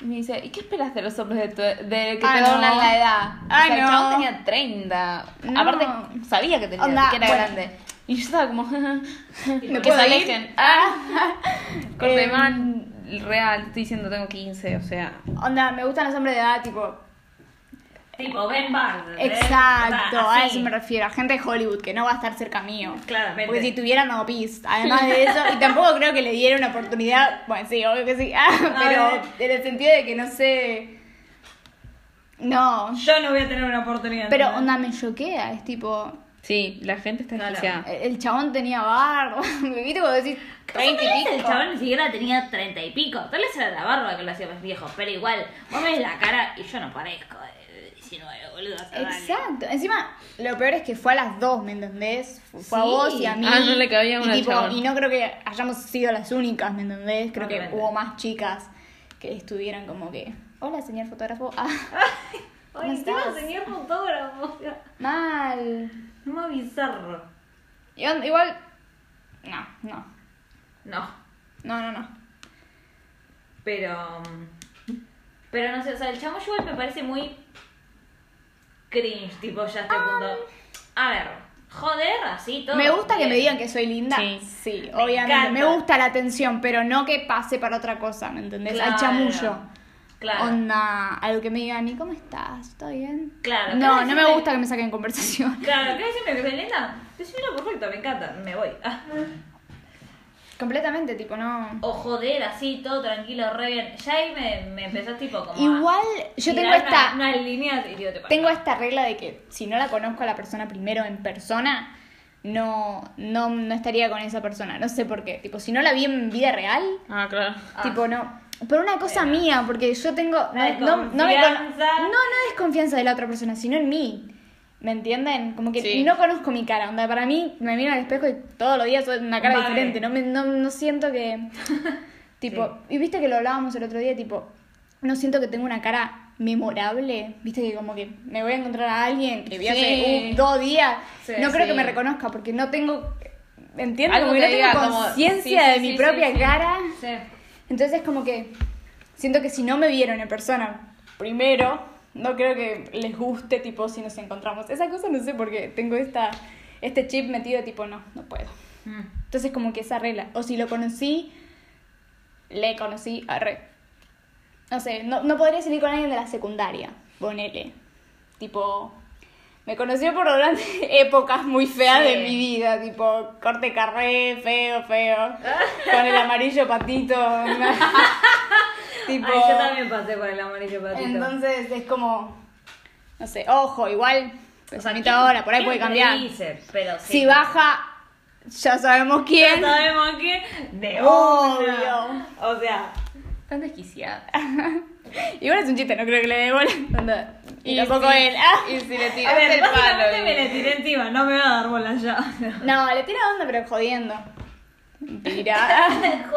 Y me dice, ¿y qué esperas de los hombres de, tu- e-?" de que Ah, te no. donan la edad? Ah, o sea, no. el chabón tenía 30. No. Aparte, sabía que tenía, Onda, que era bueno. grande. Y yo estaba como, ¿Me que puedo se ir? alejen. Ah. Corte Em, man, real, estoy diciendo tengo 15, o sea. Eh, Onda, me gustan los hombres de edad, tipo, Tipo, Ben Barnes. ¿entendés? Ah, Exacto, O sea, a así. eso me refiero, a gente de Hollywood que no va a estar cerca mío. Claramente. Porque si tuviera no pis, además de eso, y tampoco creo que le diera una oportunidad, bueno, sí, obvio que sí, ah, ver. pero en el sentido de que no sé. No, Yo no voy a tener una oportunidad. pero ¿entendés? onda me choquea, es tipo, Sí, la gente está Claro. desquiciada. el chabón tenía barba, viste cuando decís Tal 30 y vez el pico. chabón ni siquiera tenía treinta y pico. Tal vez era la barba que lo hacía más viejo. Pero igual, vos me ves la cara y yo no parezco de 19, boludo. o sea, dale. Exacto, encima lo peor es que fue a las dos, ¿me entendés? Fue a Sí. vos y a mí. Ah, no le cabía y una al chabón. Y no creo que hayamos sido las únicas, ¿me entendés? Creo que Obviamente. hubo más chicas que estuvieran como que, hola señor fotógrafo, ah, Ay, encima el señor fotógrafo. o sea, mal. Es más bizarro. Y on- igual, no, no, No, no, no, no. pero. mm, Pero no sé, o sea, el chamo igual me parece muy cringe, tipo, ya a este punto. A ver, joder, así todo. Me gusta que bien. me digan que soy linda. Sí. Sí, Me obviamente. Me encanta. gusta la atención, pero no que pase para otra cosa, ¿me entendés? Al Claro. chamullo. Claro. Onda, algo que me digan, ¿y cómo estás? ¿Todo bien? Claro, No, pero no si me me- gusta que me saquen conversación. Claro, ¿qué decirme que soy linda? Decímelo perfecto, me encanta, me voy. Ah. Completamente, tipo, no. O joder, así, todo tranquilo, re bien. Ya ahí me, me empezás tipo como. a Igual, yo tengo tirar esta. Una, unas líneas y digo, te pasa. Tengo esta regla de que si no la conozco a la persona primero en persona, no, no, no estaría con esa persona. No sé por qué. Tipo, si no la vi en vida real, Ah, claro. Ah. tipo, no. Por una cosa mía, porque yo tengo. La No, no, no me cono- desconfianza. no, no desconfianza de la otra persona, sino en mí. ¿Me entienden? Como que Sí. no conozco mi cara. Onda, para mí, me miro al espejo y todos los días soy una cara Vale. diferente. No, me, no, no siento que. tipo, y viste que lo hablábamos el otro día, tipo, no siento que tengo una cara memorable. Viste que como que me voy a encontrar a alguien que vi hace Sí. un- dos días. Sí, no creo sí. que me reconozca porque no tengo. ¿Entiendes? Algo Como que que no diga tengo como, conciencia sí, sí, de mi sí, propia sí, sí. cara. Sí. Entonces como que siento que si no me vieron en persona primero, no creo que les guste tipo si nos encontramos. Esa cosa no sé porque tengo esta este chip metido tipo no, no puedo. Mm. Entonces como que esa regla o si lo conocí le conocí a re. No sé, no, no podría salir con alguien de la secundaria, ponele. Tipo me conoció por durante épocas muy feas Sí. de mi vida, tipo corte carré, feo, feo, con el amarillo patito. una- tipo, Ay, yo también pasé por el amarillo patito. entonces es como, no sé, ojo, igual, O pues sea, a mitad ¿quién- de hora, por ahí quién puede cambiar. predice? pero sí. Si baja, ya sabemos quién. Ya sabemos que. De Obvio. una. O sea. Tan desquiciada. Ah, Igual es un chiste, no creo que le dé bola. Onda, Y, tampoco si- él. Ah. Y si le A tiraste ver, el palo. básicamente me le tiré encima, no me va a dar bola ya. No, le tira onda, pero jodiendo. Mentira.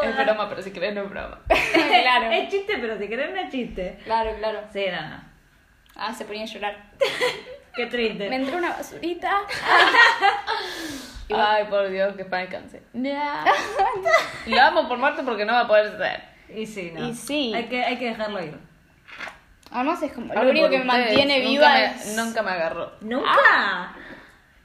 Es broma, pero si querés no es broma. claro. Es chiste, pero si querés no es chiste. Claro, claro. Sí, no, no. Ah, se ponía a llorar. Qué triste. Me entró una basurita. Ay, por Dios, que pan cáncer. Ah. Lo amo por Marte porque no va a poder ser. Y sí, no. Y sí. Hay que, hay que dejarlo ir. Además Ah, es como lo Hablo único por que me ustedes, mantiene nunca viva me- es... Nunca me agarró. ¡Nunca! Ah.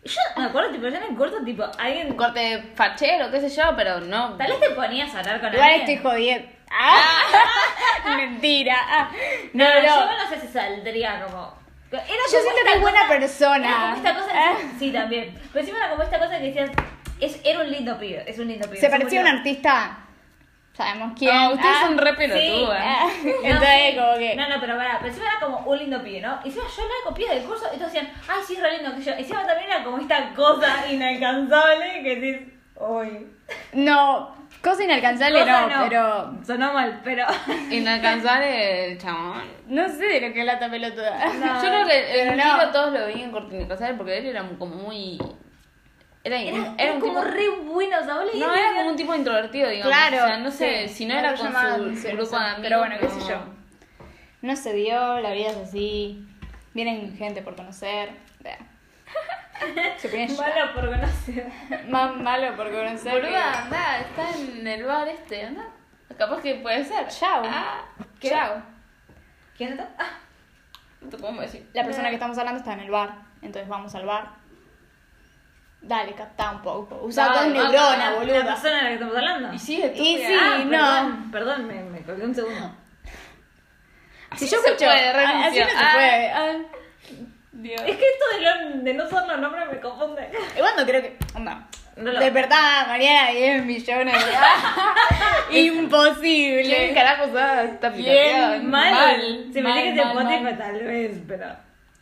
Yo me acuerdo, tipo, yo en el corto, tipo, alguien. Un corte de fachero, qué sé yo, pero no. Tal vez te ponías a hablar con Igual alguien. estoy jodiendo. Ah, mentira. Ah, No, No, no, no. yo no sé si saldría como. Yo Era como siento esta que es buena cosa- persona. Era como esta cosa. Ah. Sí, también. Pero encima era como esta cosa que decías. Es, era un lindo pibe, es un lindo pibe. Se es parecía a un boludo. artista. Sabemos quién. No, ustedes Ah, son re sí, pelotudas. ah. No, Entonces, sí. como que. No, no, pero pará, pero encima era como un lindo pibe, ¿no? Encima yo hablaba con pibes del curso y todos decían, ay, sí, es re lindo que yo. Encima también era como esta cosa inalcanzable que decís, uy. No, cosa inalcanzable Cosa no, pero. Sonó mal, pero... Inalcanzable el chabón. No sé de lo que es la pelotuda. No. Yo creo que el pero tiro no. todos lo veían corte inalcanzable porque él era como muy. Era, Era, era un como tipo- re bueno, ¿sabes? No, era como un tipo introvertido, digamos. Claro, O sea, no sé, sí. si no No era te con llamaba la su atención grupo eso, de amigos. pero bueno, qué sé no. yo. No se dio, la vida es así. Vienen gente por conocer. Se ponía a llorar. Malo por conocer. Más malo por conocer. que- Boluda, anda, está en el bar este, anda. Capaz que puede ser. Chao. Ah, ¿qué? Chao. ¿Quién está? Ah, No te podemos decir. La persona que estamos hablando está en el bar, entonces vamos al bar. Dale, captá un poco. Usa Dale, dos vamos, neuronas, vamos, La boluda. persona de la que estamos hablando. Y sí, estúpida. Y sí. Ah, no. perdón, Perdón, me, me colgué un segundo. Si así se puede, renuncio. así no se Ah. puede. ah. Dios. Es que esto de, lo- de no ser los nombres me confunde. Igual no creo que. Onda. No lo- Despertá, Mariana, 10 millones. de- ¿Quién Imposible. carajo usaba esta Bien, aplicación? Mal. Mal, si me mal, dije que se mal, Spotify tal vez, pero...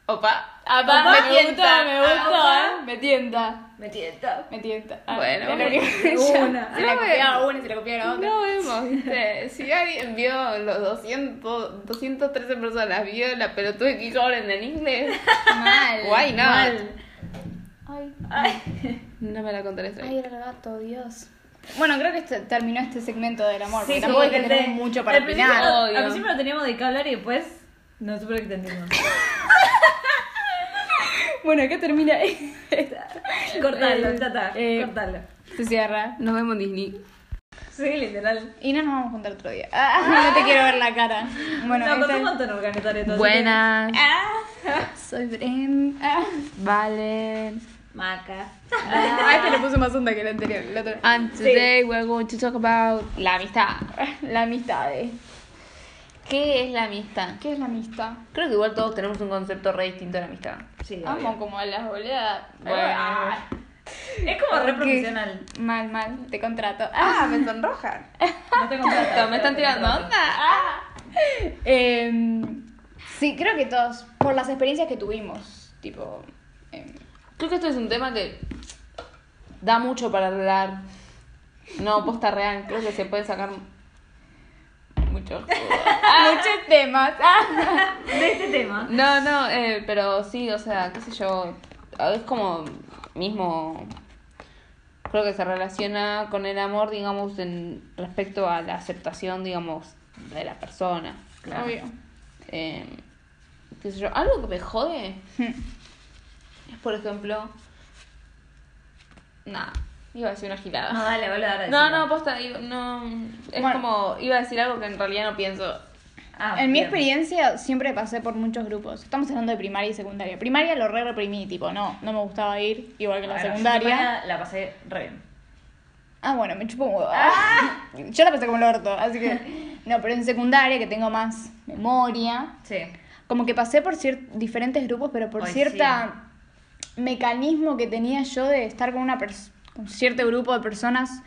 Opa. Apá, Opa, me tienta, me opa. gusta, eh. Me tienta, Me tienta. me tienta. Ah, Bueno, de lo que- Una. Se la copiaba una y se la copiaba la otra. No vemos, ¿viste? Si alguien vio los 200, 213 personas, vio la pelotuda que dijo ahora en el inglés. Mal. Why not? Mal. Ay. Ay. No me la contaré. Ay, el gato, Dios. Bueno, creo que este- terminó este segmento del amor. Sí, porque tampoco es como que te- tenemos mucho para al principio- opinar. obvio. Al principio no teníamos de qué hablar y después no supe que entendimos. Bueno, acá termina. Cortalo, ya está. Eh, Cortalo. Se cierra. Nos vemos en Disney. Sí, literal. Y no nos vamos a juntar otro día. Ah, no te quiero ver la cara. Bueno, este- no, esta- costó un montón organizar esto. así Buenas. Ah, soy Bren. Ah. Valen. que- Maca. Ah, este le puso más onda que el anterior. el otro. And today we're going to talk about la amistad. La amistad. eh. ¿Qué es la amistad? ¿Qué es la amistad? Creo que igual todos tenemos un concepto re distinto de la amistad. Eh, Sí, Amo obvio. como a las boleadas. Ah, Es como re Ok. profesional. Mal, mal. Te contrato. Ah, me sonroja. No te contratas. me están te tirando contratas. onda. Ah. Em, sí, creo que todos. Por las experiencias que tuvimos. Tipo. em, Creo que esto es un tema que da mucho para hablar. No, posta real, creo que se puede sacar mucho jugo. muchos temas. Ah. De este tema. No, no, eh, pero sí, o sea, qué sé yo, es como mismo, creo que se relaciona con el amor, digamos, en respecto a la aceptación, digamos, de la persona. Claro. Obvio. Eh, qué sé yo, algo que me jode Hmm. es, por ejemplo, nada, iba a decir una gilada. No, Ah, dale, boludo. ahora No, decilo. no, posta, digo, no. Es Bueno. como, iba a decir algo que en realidad no pienso. Ah, En mi bien. experiencia siempre pasé por muchos grupos. Estamos hablando de primaria y secundaria. Primaria lo re reprimí, tipo, no, no me gustaba ir, igual que en la Bueno, yo secundaria. primaria La pasé re bien. Ah, bueno, me chupó un huevo. Ah, Yo la pasé como el orto, así que. No, pero en secundaria, que tengo más memoria, Sí. como que pasé por cier- diferentes grupos, pero por Ay, cierta mecanismo que tenía yo de estar con una pers- con cierto grupo de personas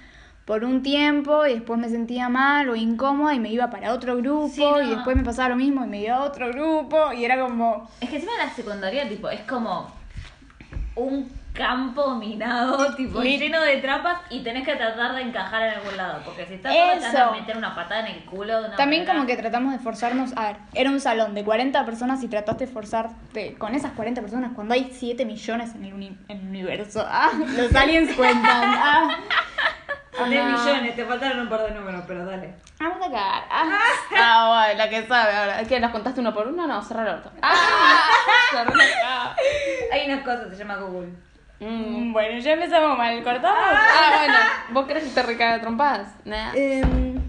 por un tiempo y después me sentía mal o incómoda y me iba para otro grupo Sí, no. y después me pasaba lo mismo y me iba a otro grupo y era como Es que encima de la secundaria, tipo, es como un campo minado, tipo, Lit- lleno de trampas y tenés que tratar de encajar en algún lado. Porque si estás solo, te vas Eso. a meter una patada en el culo de una También manera- como que tratamos de forzarnos a ver, era un salón de 40 personas y trataste de forzarte con esas 40 personas cuando hay 7 millones en el, uni- en el universo. Ah, los aliens cuentan. Ah, De millones, te faltaron un par de números, pero dale. vamos a cagar. Ah. Ah, bueno, la que sabe ahora. ¿Qué? ¿Nos contaste uno por uno? No, cerrar el orto. ¡Ah! cerrá el orto. Ah. Hay una cosa, se llama Google. Mm. Mm, Bueno, ya empezamos mal, cortamos. Ah, bueno, ¿vos crees que te recaga de trompadas? Nah. Em,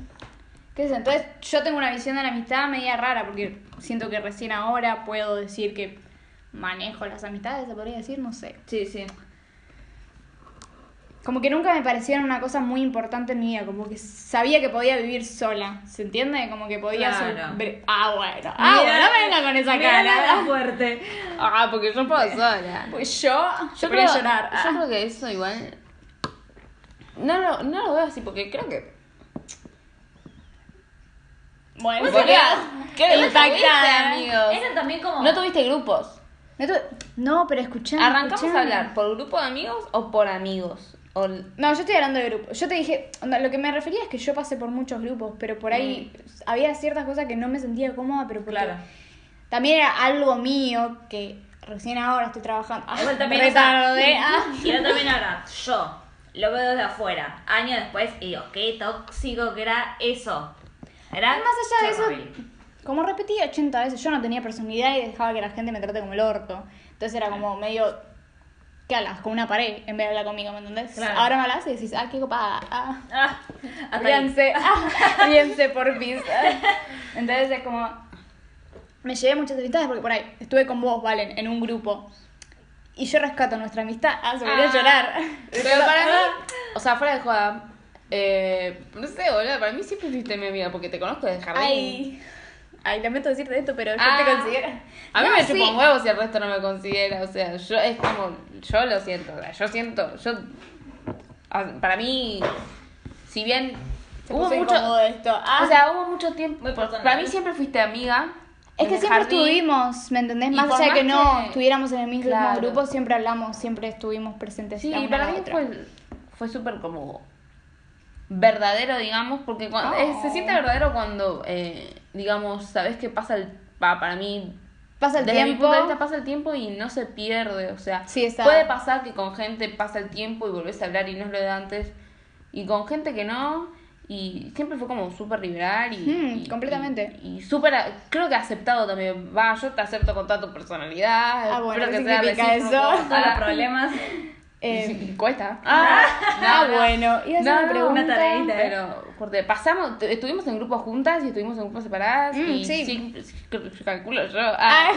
¿Qué es? Entonces yo tengo una visión de la amistad media rara porque siento que recién ahora puedo decir que manejo las amistades, se podría decir, no sé. Sí, sí. Como que nunca me parecieron una cosa muy importante en mi vida, como que sabía que podía vivir sola, ¿se entiende? Como que podía Claro. sobre- Ah, bueno, ah, bueno, no venga con esa Mirá cara. la fuerte. Ah, porque yo puedo sola. Pues yo, Yo podría creo, llorar. Ah. yo creo que eso igual. No, lo- no lo veo así porque creo que. Bueno, Boluda, creo que no tuviste impactada. amigos. eh. Eso también como... No tuviste grupos. No, tu- no, pero escuchá. ¿Arrancamos escuchá. a hablar por grupo de amigos o por amigos? O l- No, yo estoy hablando de grupo. Yo te dije, onda, lo que me refería es que yo pasé por muchos grupos, pero por ahí había ciertas cosas que no me sentía cómoda, pero porque Mm. Claro. también era algo mío que recién ahora estoy trabajando. Ah, Igual también, o sea, retardé. Ah. Y ahora también ahora, yo lo veo desde afuera, años después, y digo, qué tóxico que era eso. Era Y más allá de eso, Chernobyl. como repetí 80 veces, yo no tenía personalidad y dejaba que la gente me trate como el orto. Entonces era como medio. ¿Qué hablas? Con una pared en vez de hablar conmigo, ¿me entendés? Claro. Ahora me hablas y decís, ah, qué copada. Ah. Ah, hasta ahí. Ríanse, ah, ríanse por mis. Entonces es como. Me llevé muchas amistades porque por ahí estuve con vos, Valen, en un grupo. Y yo rescato nuestra amistad. Ah, se volvió Ah. a llorar. Pero para mí, o sea, fuera de joda, eh, no sé, boludo, para mí siempre fuiste mi amiga porque te conozco desde jardín. Ay. Ay, lamento decirte esto, pero yo Ah. te considero. A mí No, me sí. chupa un huevo si el resto no me considera, o sea, yo es como, yo lo siento, o sea, yo siento, yo, a- para mí, si bien Se hubo puso mucho, incómodo esto. Ah. o sea, hubo mucho tiempo, Muy personal. para mí siempre fuiste amiga. es que desde siempre jardín. estuvimos, ¿me entendés? Y Más allá por de más que, no que- estuviéramos en el mismo Claro. grupo, siempre hablamos, siempre estuvimos presentes. Sí, la una a para la mí otra. fue, fue súper como verdadero, digamos, porque cuando, Oh. se siente verdadero cuando, eh, digamos, sabes que pasa el... va, para mí... Pasa el desde mi tiempo. punto de vista, pasa el tiempo y no se pierde, o sea, Sí, está. puede pasar que con gente pasa el tiempo y volvés a hablar y no es lo de antes, y con gente que no, y siempre fue como súper liberal y, Mm, y- completamente. y, y súper, a- creo que aceptado también, va, yo te acepto con toda tu personalidad, Ah, bueno, espero ¿qué que sea significa Ah. recíproco. eso? Todos los problemas. Eh, Em, Cuesta. ah, No, ah, no. bueno. Iba a hacer No, una ¿eh? pregunta. no, una tareita. Pero, corte, pasamos, tu- estuvimos en grupos juntas y estuvimos en grupos separadas Mm, y sí. siempre, calculo yo, ah, Ah,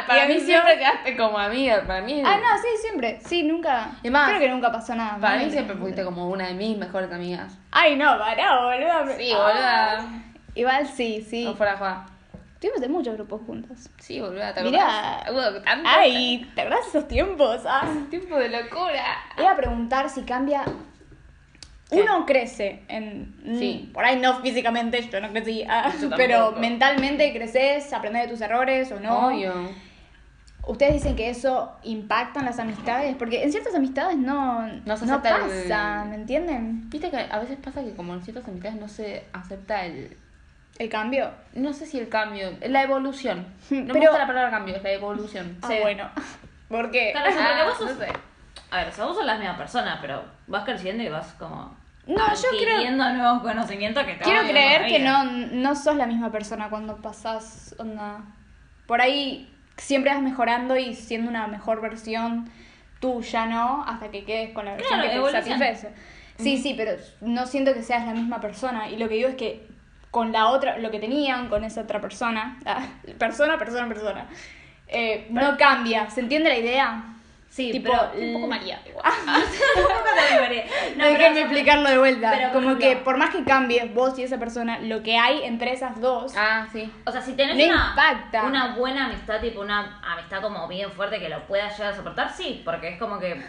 yo para mí pienso- siempre quedaste como amiga, para mí, Ah, no, sí, siempre. Sí, nunca. Es más, creo que nunca pasó nada. para ¿no? mí siempre fuiste como una de mis mejores amigas. Ay, no, pará, boludo. Sí, boluda. Igual sí, sí. No fuera de joda. Estuvimos en muchos grupos juntos. Sí, boluda, ¿te Mirá. acordás? Hubo tanto Ay, ¿te acuerdas esos tiempos? Ah. tiempo de locura. Iba a preguntar si cambia. ¿Qué? Uno crece en. mm, Sí. Por ahí no físicamente, yo no crecí. ah, Yo tampoco. pero mentalmente creces, aprendes de tus errores o no. Obvio. Ustedes dicen que eso impacta en las amistades, porque en ciertas amistades no, No se no acepta el- pasa, ¿me entienden? Viste que a veces pasa que como en ciertas amistades no se acepta el... El cambio. No sé si el cambio, la evolución. No me Pero- gusta la palabra cambio, es la evolución. Ah, Sí. bueno. Porque. Claro, porque Ah, vos sos- no sé. A ver, o sea, vos sos la misma persona, pero vas creciendo y vas como. No, yo creo- adquiriendo nuevos conocimientos que te Quiero van ayudando creer en la que vida. no, no sos la misma persona cuando pasás onda. Por ahí siempre vas mejorando y siendo una mejor versión tuya, ¿no? Hasta que quedes con la versión Claro, que te evolución. satisface. Sí, sí, pero no siento que seas la misma persona. Y lo que digo es que con la otra, lo que tenían con esa otra persona, ah, persona, persona, persona, eh, no cambia. ¿Se entiende la idea? Sí, Tipo, pero. un poco María, igual. un poco también María. No, pero- Déjenme explicarlo de vuelta. pero, por Como ejemplo- que por más que cambies vos y esa persona, lo que hay entre esas dos Ah, sí. O sea, si tenés No una, impacta. una buena amistad, tipo una amistad como bien fuerte que lo puedas llegar a soportar, sí, porque es como que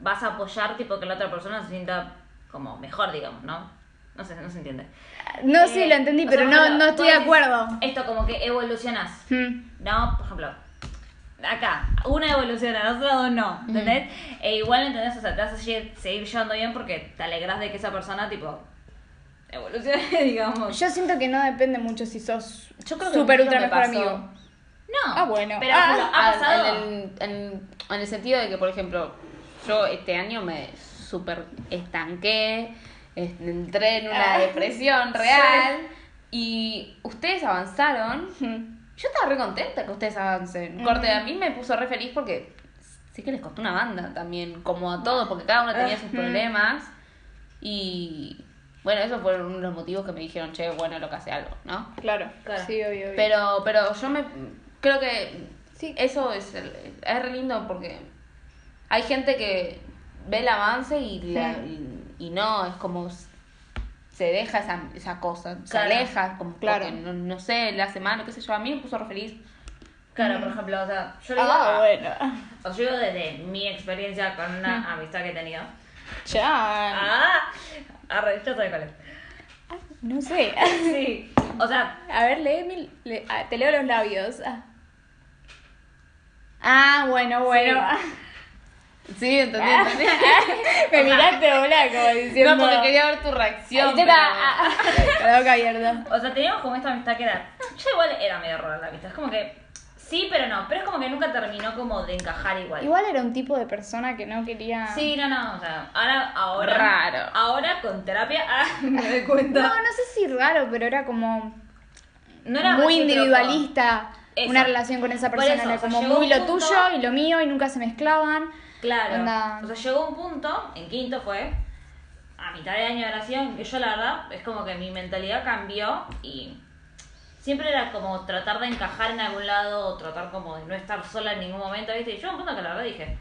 vas a apoyar tipo que la otra persona se sienta como mejor, digamos, ¿no? No sé, no se entiende. No, Eh, sí, lo entendí, o pero sea, no, ejemplo, no estoy vos de decís, acuerdo. Esto como que evolucionás. Hmm. No, por ejemplo, acá, una evoluciona, las otras dos no, ¿entendés? E igual, ¿entendés? O sea, te vas a seguir, seguir llevando bien porque te alegras de que esa persona, tipo, evolucione, digamos. Yo siento que no depende mucho si sos Yo creo que super a mí ultra no me mejor pasó. amigo. No. Ah, bueno. Pero Ah, ejemplo, ha Al- pasado. En, el, en- en el sentido de que, por ejemplo, yo este año me super estanqué, est- entré en una Ah. depresión real y ustedes avanzaron. Hmm, Yo estaba re contenta que ustedes avancen. Corte, a mí me puso re feliz porque sí que les costó una banda también, como a todos, porque cada uno tenía sus problemas. Y bueno, esos fueron uno de los motivos que me dijeron, che, bueno, lo que hace algo, ¿no? Claro. Claro. Sí, obvio, obvio. Pero, pero yo me creo que Sí. eso es, el- es re lindo porque hay gente que ve el avance y, la- y, y no, es como s- se deja esa, esa cosa, se Claro. aleja, como Claro. porque no, no sé, le hace mal, o qué sé yo, a mí me puso re feliz. Claro, por ejemplo, o sea, yo digo, ah, bueno. o yo digo desde mi experiencia con una amistad que he tenido. Ya. Ah, arre, yo sé cuál es. No sé. Sí, o sea, A ver, léeme. le- ah, te leo los labios. Ah. Ah, bueno, bueno. Sí, entendí, Ah, entendí. Me miraste, hola, como diciendo. No, porque quería ver tu reacción. Ahí te da- ah, ah. La boca abierta. o sea, teníamos como esta amistad que era, yo igual era medio rara la amistad, es como que, sí, pero no, pero es como que nunca terminó como de encajar igual. Igual ah. era un tipo de persona que no quería. Sí, no, no, o sea, ahora, ahora, Raro. ahora con terapia, ah, me doy cuenta. No, no sé si raro, pero era como No era muy recíproco. individualista Eso. una relación con esa Por persona. eso, era o sea, como llegó muy un lo punto- tuyo y lo mío y nunca se mezclaban. Claro. Onda. O sea, llegó un punto, en quinto fue, a mitad de año de oración, que yo la verdad es como que mi mentalidad cambió y siempre era como tratar de encajar en algún lado o tratar como de no estar sola en ningún momento, ¿viste? Y yo un punto que la verdad dije,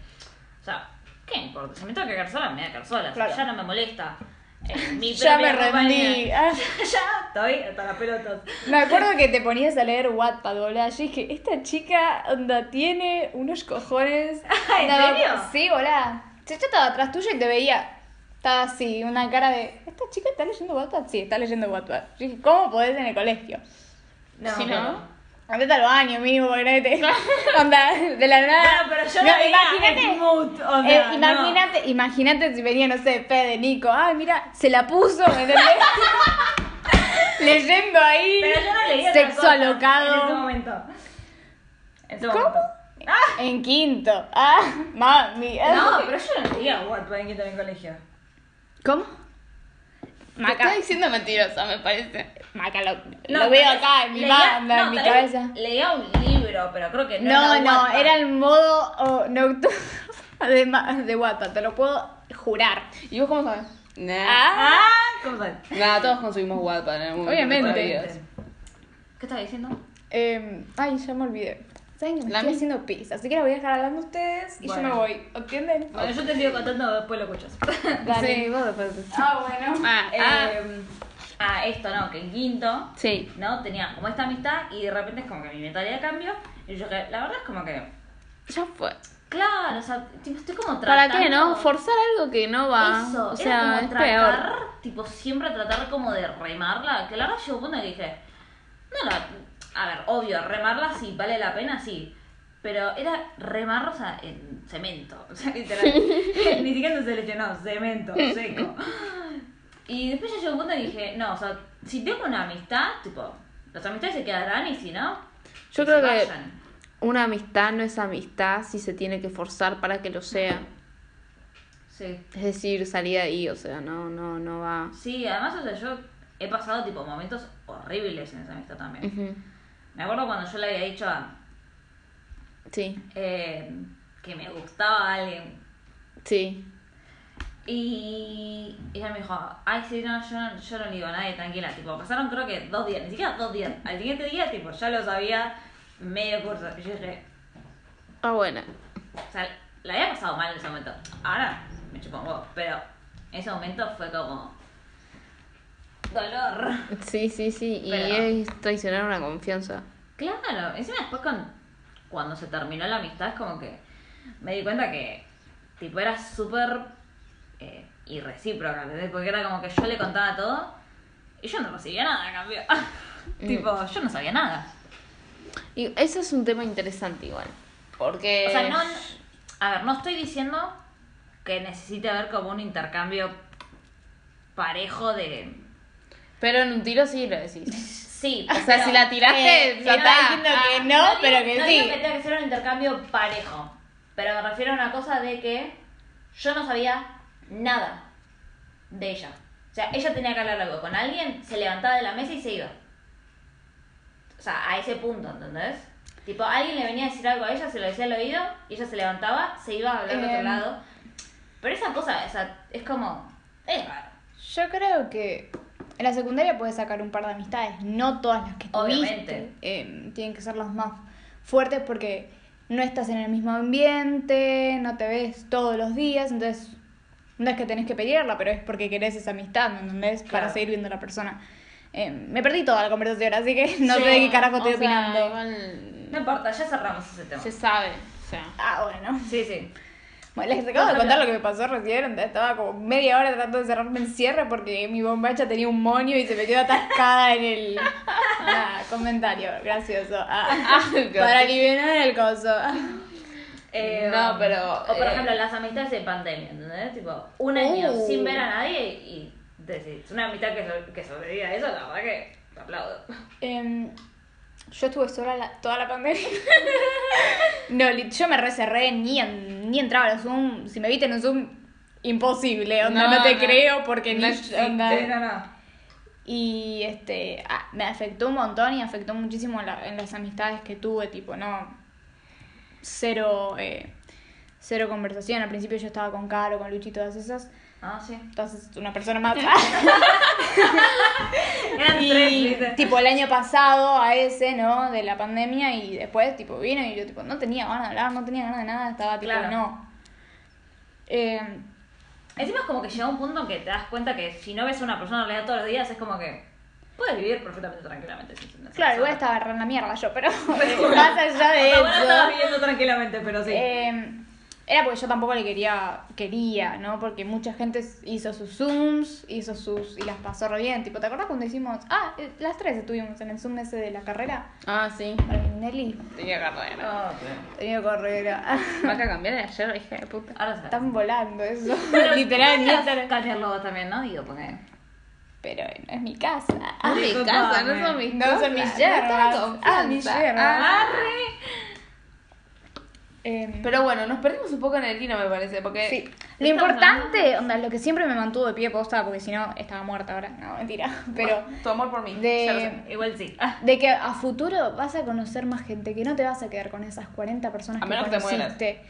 o sea, ¿qué importa? Si me tengo que quedar sola, me voy a quedar sola, o sea, Claro. ya no me molesta. Eh, mi ya me propia compañía. rendí. Ah, ya estoy hasta las pelotas. me acuerdo que te ponías a leer Wattpad, boludo. Yo dije, esta chica, onda, tiene unos cojones. ¿En Onda, serio? Sí, boludo. Yo yo estaba atrás tuyo y te veía. Estaba así, una cara de, ¿esta chica está leyendo Wattpad? Sí, está leyendo Wattpad. Yo dije, ¿cómo podés en el colegio? No, Si pero- no. Andate al baño mínimo, porque nadie te... Onda, de la nada. Bueno, pero yo No, la veía imagínate- en mood, o Eh, sea, no. imagínate, imagínate si venía, no sé, Fede, Nico. Ay, mira, se la puso, ¿me entendés? Leyendo ahí. Pero yo no leía Sexo otra cosa En ese alocado. momento. En ese ¿Cómo? momento. Ah, En quinto. Ah, mami. no, pero yo no leía Wattpad en quinto en el colegio. ¿Cómo? Me Maca. está diciendo mentirosa, me parece. Maca, lo, No, lo veo tal vez acá en mi leía- banda, no, en mi tal vez cabeza. Leía un libro, pero creo que no No, era no, Wattpad. era el modo oh, nocturno. Además de Wattpad, te lo puedo jurar. ¿Y vos cómo sabes? Nah. Ah, Ah, ¿cómo sabes? Nah, todos consumimos Wattpad en algún momento de Obviamente. nuestras vidas. ¿Qué estaba diciendo? eh, ay, ya me olvidé. ¿Saben que me La estoy mi- haciendo pis? Así que la voy a dejar hablando a ustedes y yo Bueno. me voy. ¿Entienden? Bueno, yo te sigo contando, después lo escuchas. Dale. pues. Sí. vos después. Ah, bueno. Ah, ah. Eh, ah, esto no, que en quinto, Sí. ¿no? Tenía como esta amistad y de repente es como que mi mentalidad cambió. Y yo, que- la verdad es como que. Ya fue. Claro, o sea, tipo, estoy como ¿Para tratando. qué, no? Forzar algo que no va. Eso, o era sea, es como tratar, peor. tipo, siempre tratar como de remarla. Que la verdad llegó un punto en que dije, no la. A ver, obvio, remarla sí, vale la pena, sí. Pero era remarla, o sea, en cemento. O sea, literal. Ni siquiera se lesionó, cemento, seco. Y después ya llegó un punto en que dije, no, o sea, si tengo una amistad, tipo, las amistades se quedarán y si no. Yo creo se que- vayan. Una amistad no es amistad si se tiene que forzar para que lo sea. Sí. Es decir, salir de ahí, o sea, no, no, no va. Sí, además, o sea, yo he pasado, tipo, momentos horribles en esa amistad también. Ujú. Me acuerdo cuando yo le había dicho a- Sí, eh, que me gustaba alguien. sí. Y ella me dijo, ay, sí, no, yo no, yo no le digo a nadie, tranquila. Tipo, pasaron creo que dos días, ni siquiera dos días. Al siguiente día, tipo, ya lo sabía medio curso. Y yo dije, Ah, bueno. o sea, la había pasado mal en ese momento. Ahora me chupó un huevo, pero en ese momento fue como dolor. Sí, sí, sí. Y Pero- es traicionar una confianza. Claro, encima después con- cuando se terminó la amistad es como que me di cuenta que tipo era súper eh, irrecíproca, ¿entendés? Porque era como que yo le contaba todo y yo no recibía nada a cambio. tipo, yo no sabía nada. Y eso es un tema interesante igual. Porque... O sea, no, a ver, no estoy diciendo que necesite haber como un intercambio parejo de... Pero en un tiro sí lo decís. Sí, O sea, si la tiraste, Eh, ya no, está. diciendo Ah. que no, digo- pero que no sí. digo que tenga que ser un intercambio parejo. Pero me refiero a una cosa de que yo no sabía nada de ella. O sea, ella tenía que hablar algo con alguien, se levantaba de la mesa y se iba. O sea, a ese punto, ¿entendés? Tipo, alguien le venía a decir algo a ella, se lo decía al oído, y ella se levantaba, se iba a hablar de otro Em. lado. Pero esa cosa, o sea, es como. Es raro. Yo creo que en la secundaria puedes sacar un par de amistades, no todas las que Obviamente. tuviste. Eh, tienen que ser las más fuertes porque no estás en el mismo ambiente, no te ves todos los días, entonces no es que tenés que pelearla, pero es porque querés esa amistad, ¿me entendés? Para Claro. seguir viendo a la persona. Eh, me perdí toda la conversación, así que no Sí, sé de qué carajo O estoy sea, opinando. igual No importa, ya cerramos ese tema. Se sabe. O sea... Ah, bueno. Sí, sí. Bueno, les acabo de contar lo que me pasó recién, entonces estaba como media hora tratando de cerrarme el cierre porque mi bombacha tenía un moño y se me quedó atascada en el Ah, comentario, gracioso. Ah, Ah, el para gracioso. aliviar el coso. Eh, No, pero, O por eh, ejemplo, las amistades de pandemia, ¿entendés? Tipo, un año Uh. sin ver a nadie y decís, una amistad que, so- que sobrevive a eso, la verdad que te aplaudo. Em, yo estuve sola la- toda la pandemia. no, lit- yo me reserré, ni, en- ni entraba a los Zoom. Si me viste en un Zoom, imposible, onda, no, No, te no. creo porque No ni... existe, onda. no. Y este, ah, me afectó un montón y afectó muchísimo la- en las amistades que tuve, tipo, no. Cero, eh, cero conversación. Al principio yo estaba con Caro, con Luchi y todas esas. Ah, sí. Entonces, una persona más. Eran tres, y ¿viste? tipo, el año pasado, a ese, ¿no? De la pandemia y después, tipo, vino y yo, tipo, no tenía ganas de hablar, no tenía ganas de nada, estaba, tipo, Claro. no. Eh, Encima es como que llega un punto en que te das cuenta que si no ves a una persona en realidad todos los días, es como que puedes vivir perfectamente tranquilamente. sin- sin esa claro, igual persona. estaba re en la mierda yo, pero Pero- más allá de O sea, eso. bueno, estabas viviendo tranquilamente, pero sí. Eh, era porque yo tampoco le quería, quería, ¿no? Porque mucha gente hizo sus Zooms, hizo sus. y las pasó re bien. Tipo, ¿te acuerdas cuando hicimos. Ah, eh, las tres estuvimos en el Zoom ese de la carrera? Ah, sí. Martinelli. Tenía carrera. Ah, ok. Tenía carrera. Vas a cambiar de ayer, hija de puta. Ahora sabes. Están volando eso. Pero Literal, ni podrías hasta- cambiarlo vos también, ¿no? Digo, porque... Pero no es mi casa. Ah, mi disculpame. casa, no son mis No cosas, son mis no tengo yerbas. confianza. Ah, mis yerbas. Arre. Em, Pero bueno, nos perdimos un poco en el lino, me parece, porque... Sí. Lo Estamos importante, onda, lo que siempre me mantuvo de pie posta, porque si no estaba muerta ahora. No, mentira. Pero. hablando- Tu amor por mí. de- ya lo sé. Igual sí. Ah. De que a futuro vas a conocer más gente, que no te vas a quedar con esas 40 personas A que menos que te mueras. conociste.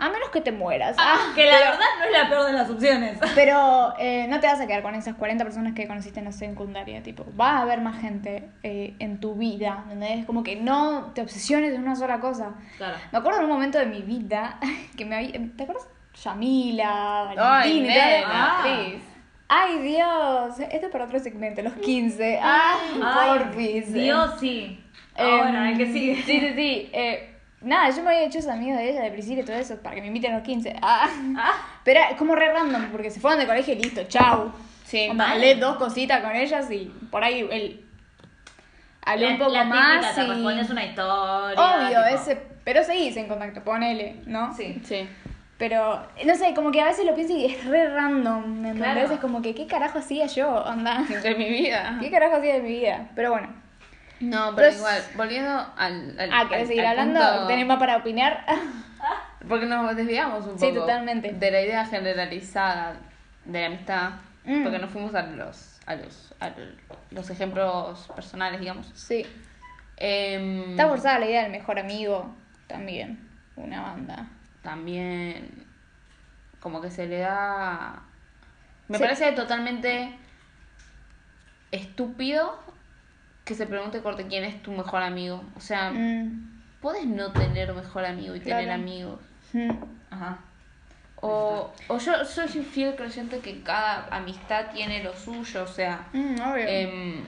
A menos que te mueras. Ah, que la pero- verdad no es la peor de las opciones. Pero eh, no te vas a quedar con esas 40 personas que conociste en la secundaria, tipo, vas a ver más gente eh, en tu vida, ¿entendés? Como que no te obsesiones en una sola cosa. Claro. Me acuerdo en un momento de mi vida que me había... ¿Te acuerdas? Yamila, Ay, Valentina. y todo. nena, Ah. actriz. Ay, Dios. Esto es para otro segmento, los 15. Ay, Ay, porfis. Dios, sí. Em, Ahora, el que sigue. Sí, sí, sí. Eh, nada, yo me había hecho amigos de ella, de Priscila y todo eso, para que me inviten a los 15. Ah. Ah, Pero era como re random, porque se fueron de colegio y listo, chau. Sí. Onda, hablé dos cositas con ellas y por ahí el... hablé la- un poco la más. típica, y- te respondes una historia. Obvio, tipo. ese, pero seguís en contacto, ponele, ¿no? Sí. Sí. Pero, eh, no sé, como que a veces lo pienso y es re random, ¿me entendés? Claro. Es como que, ¿qué carajo hacía yo? Onda, De mi vida. ¿qué carajo hacía de mi vida? Pero bueno, No, Pero pero, es- igual, volviendo al. al ah, ¿querés al- seguir al hablando? punto- ¿Tenés más para opinar? Porque nos desviamos un Sí, poco. totalmente. De la idea generalizada de la amistad. Mm. Porque nos fuimos a los, a los, a los ejemplos personales, digamos. sí. Em, Está forzada la idea del mejor amigo también, una banda. También. Como que se le da. Me Sí. parece totalmente estúpido que se pregunte corte quién es tu mejor amigo. O sea, Mm, puedes no tener mejor amigo y tener Claro. amigos. mm. Ajá. O, o yo soy fiel creyente que cada amistad tiene lo suyo, o sea, Mm, obvio. em,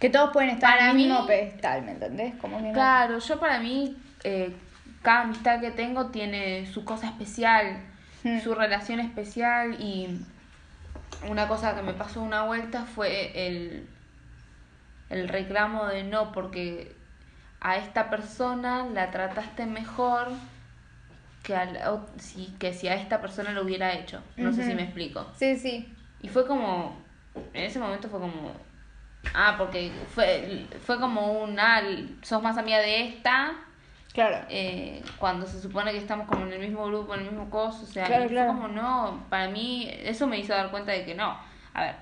que todos pueden estar en para el mí- mismo pedestal, ¿me entendés? Como que no- claro, yo para mí eh, cada amistad que tengo tiene su cosa especial, Mm. su relación especial y una cosa que me pasó una vuelta fue el, el reclamo de no, porque a esta persona la trataste mejor que, a la ot- si, que si a esta persona lo hubiera hecho. No sé Ujú. si me explico. Sí, sí. Y fue como, en ese momento fue como, ah, porque fue, fue como un, ah, sos más amiga de esta, Claro. eh, cuando se supone que estamos como en el mismo grupo, en el mismo coso, o sea, Claro, y fue claro. como no, para mí eso me hizo dar cuenta de que no, a ver,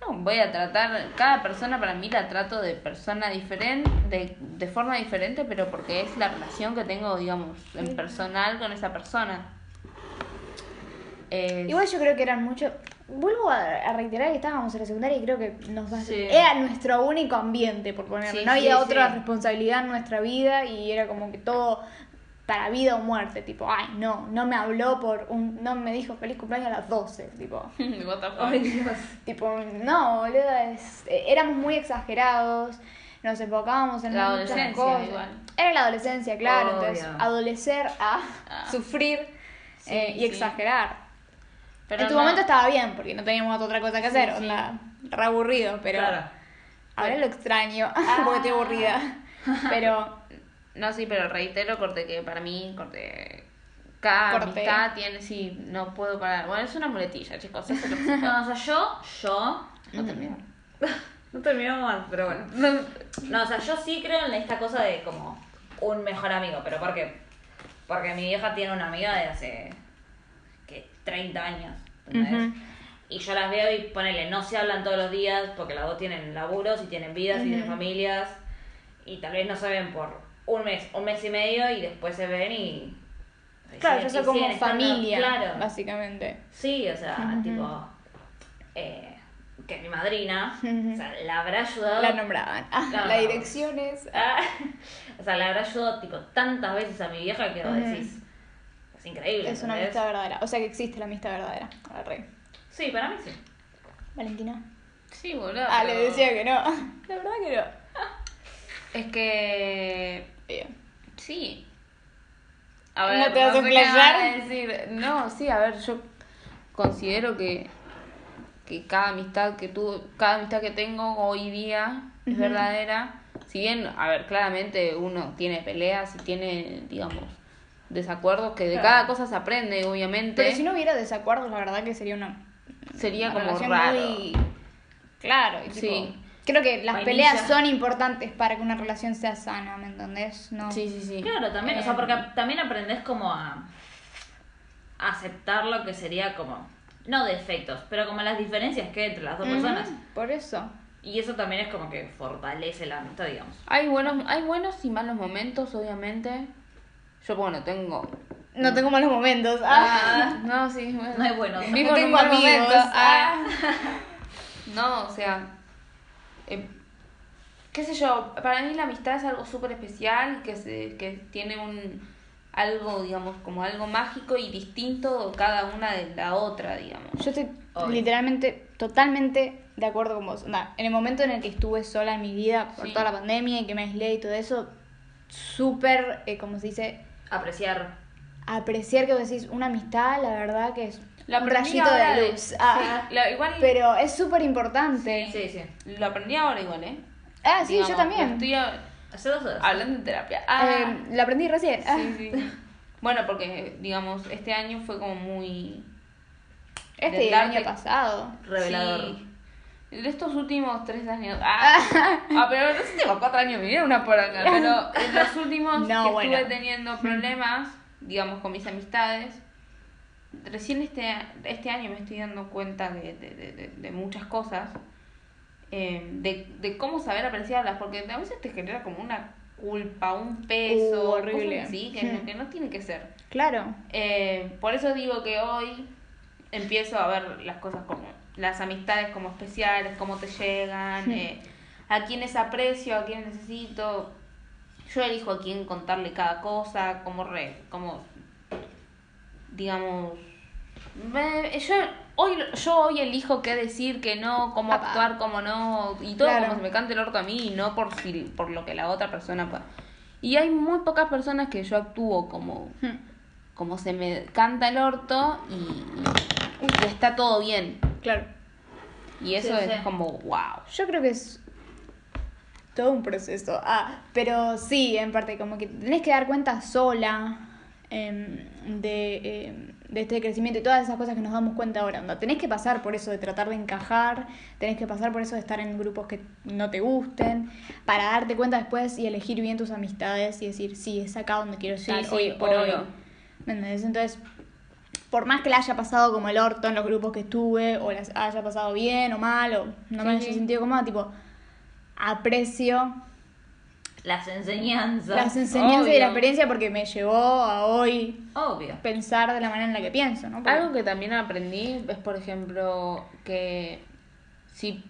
no voy a tratar, cada persona para mí la trato de persona diferente, de, de forma diferente, pero porque es la relación que tengo, digamos, en personal con esa persona. Eh, Igual yo creo que eran muchos. Vuelvo a, a reiterar que estábamos en la secundaria y creo que nos va Sí. Era nuestro único ambiente, por ponerlo. Sí, no había sí, otra sí. responsabilidad en nuestra vida y era como que todo para vida o muerte. Tipo, ay, no, no me habló por un. No me dijo feliz cumpleaños a las 12. Tipo, what the fuck. Ay, Dios. tipo no, boludo. es- eh, éramos muy exagerados. Nos enfocábamos en La muchas adolescencia, cosas. igual. Era la adolescencia, claro. Obvio. Entonces, adolecer a Ah. sufrir Sí, eh, y sí. exagerar. Pero en tu no. momento estaba bien, porque no teníamos otra cosa que hacer, sí. onda, re aburrido, pero Claro. ahora lo extraño, Ah. porque estoy aburrida. Pero, No, sí, pero reitero, corte que para mí, corte. Cada Corte. amistad tiene, sí, no puedo parar. Bueno, es una muletilla, chicos. eso es lo que se puede. No, o sea, yo, yo. no termino. No terminamos más, pero bueno. No, o sea, yo sí creo en esta cosa de como un mejor amigo, pero ¿por qué? Porque mi vieja tiene una amiga de hace que 30 años, ¿entendés? Ujú. Y yo las veo y ponele, no se hablan todos los días porque las dos tienen laburos y tienen vidas y tienen familias y tal vez no se ven por un mes, un mes y medio y después se ven y... y claro, yo siguen- soy y como siguen estando- familia, Claro. básicamente. Sí, o sea, tipo... eh, que mi madrina, Ujú. o sea, la habrá ayudado La nombraban. Ah, Claro. La dirección es... ah, Ah, o sea, la habrá ayudado tipo tantas veces a mi vieja que vos decís. Es increíble. es una ¿entendés? amistad verdadera, o sea que existe la amistad verdadera. Ahora re. Sí, para mí sí. Valentina. Sí, boludo. Ah, le pero- decía que no. La verdad que no. Es que. Bien. Sí. ¿No te vas a sé qué me van a explayar? decir. No, sí, a ver, yo considero que. Que cada amistad que tuve, cada amistad que tengo hoy día es verdadera. Si bien, a ver, claramente uno tiene peleas y tiene, digamos, desacuerdos, que de Claro. cada cosa se aprende, obviamente. Pero si no hubiera desacuerdos, la verdad que sería una... Sería una como relación raro. muy- Claro, y tipo, Sí. creo que las Vainilla. peleas son importantes para que una relación sea sana, ¿me entendés? No. Sí, sí, sí. Claro, también. O Eh. sea, porque también aprendes como a a aceptar lo que sería como. No defectos, pero como las diferencias que hay entre las dos Ujú, personas. Mm, Por eso. Y eso también es como que fortalece la amistad, digamos. Hay buenos, hay buenos y malos momentos, obviamente. Yo, bueno, tengo No tengo malos momentos. Mm. Ah. Ah, no, sí, bueno. No hay buenos. Vivo No en un tengo buen amigos. momento. Ah. Ah. No, o sea. eh, qué sé yo, para mí la amistad es algo súper especial que, se, que tiene un. Algo, digamos, como algo mágico y distinto cada una de la otra, digamos. Yo estoy Obvio. literalmente, totalmente de acuerdo con vos. Onda, en el momento en el que estuve sola en mi vida por Sí. toda la pandemia y que me aislé y todo eso, súper, eh, como se dice, Apreciar. apreciar que vos decís una amistad, la verdad que es La un aprendí rayito ahora de de- luz. sí, Ah, la- igual- Pero es súper importante. Sí, sí. Lo aprendí ahora igual, ¿eh? Ah, sí, Digamos, yo también. Estoy a- Hace dos horas. hablando en terapia. Ah. Eh, la aprendí recién. Ah. Sí, sí. Bueno, porque, digamos, este año fue como muy... Este Del y el año arte. pasado. Revelador. Sí. De estos últimos tres años... Ah, ah, pero los últimos cuatro años me dieron una poranga. Pero en los últimos No, que estuve bueno. teniendo problemas, digamos, con mis amistades, recién este, este año me estoy dando cuenta de, de, de- de- de muchas cosas, eh, de, de cómo saber apreciarlas, porque a veces te genera como una culpa, un peso, Uh, horrible. cosas así, que, no- Hmm. que no tiene que ser. Claro. Eh, por eso digo que hoy empiezo a ver las cosas como las amistades como especiales, cómo te llegan, Sí. eh, a quienes aprecio, a quienes necesito. Yo elijo a quién contarle cada cosa, como re, como digamos me- yo hoy yo hoy elijo qué decir, qué no, cómo Apa. actuar, cómo no, y todo Claro. como se me cante el orto a mí y no por si, por lo que la otra persona pa- Y hay muy pocas personas que yo actúo como como se me canta el orto y, y está todo bien. Claro. Y eso Sí, es sí. como, wow. Yo creo que es todo un proceso. Ah, pero sí, en parte, como que tenés que dar cuenta sola em, de, em, de este crecimiento y todas esas cosas que nos damos cuenta ahora. Onda, tenés que pasar por eso de tratar de encajar, tenés que pasar por eso de estar en grupos que no te gusten, para darte cuenta después y elegir bien tus amistades y decir, sí, es acá donde quiero Sí, estar sí, hoy por obvio. hoy. ¿Me entendés? Entonces, por más que la haya pasado como el orto en los grupos que estuve, o las haya pasado bien o mal, o no me Sí, haya sí. sentido cómoda, tipo, aprecio Las enseñanzas. las enseñanzas y obvio. la experiencia porque me llevó a hoy Obvio. pensar de la manera en la que pienso, ¿no? Porque- Algo que también aprendí es, por ejemplo, que si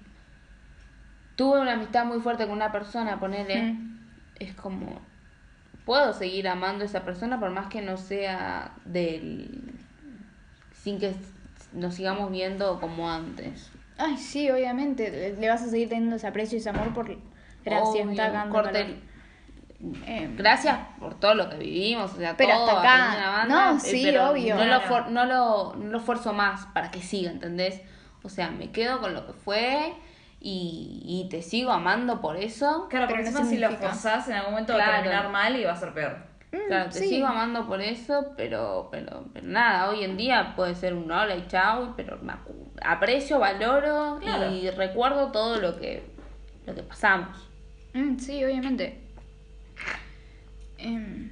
tuve una amistad muy fuerte con una persona, ponele, Mm. es como, puedo seguir amando a esa persona por más que no sea del... sin que nos sigamos viendo como antes. Ay, sí, obviamente, le- le vas a seguir teniendo ese aprecio y ese amor por... Gracias, Obvio, está acabando corte calor. Em, Gracias por todo lo que vivimos, o sea, Pero todo, hasta acá. aprendí una banda, No, eh, sí, pero obvio. No lo, Claro. for- no, lo, no lo esfuerzo más para que siga, ¿entendés? O sea, me quedo con lo que fue y, y te sigo amando por eso. Claro, Pero porque no encima si lo significa. forzás en algún momento va Claro. a terminar mal y va a ser peor. Mm, Claro, te sí. sigo amando por eso, pero, pero, pero nada, hoy en día puede ser un hola y chao, pero me acu- aprecio, valoro Claro. y recuerdo todo lo que, lo que pasamos. Mm, sí, obviamente. Em,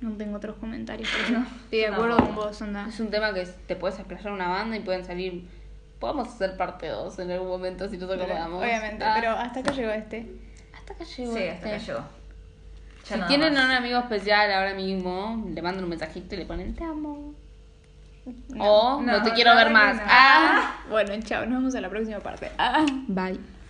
no tengo otros comentarios, pero no. Estoy de No. acuerdo con vos, onda. Es un tema que te puedes explayar una banda y pueden salir. Podemos hacer parte 2 en algún momento si nos acordamos. Obviamente, Ah, pero hasta acá llegó este. Hasta acá Sí, llegó. hasta que este. llegó. Ya Si nada tienen más. a un amigo especial ahora mismo, le mandan un mensajito y le ponen te amo. o no, no, te quiero no, ver no, más. no. Ah. Bueno, chao, nos vemos en la próxima parte. Ah. Bye.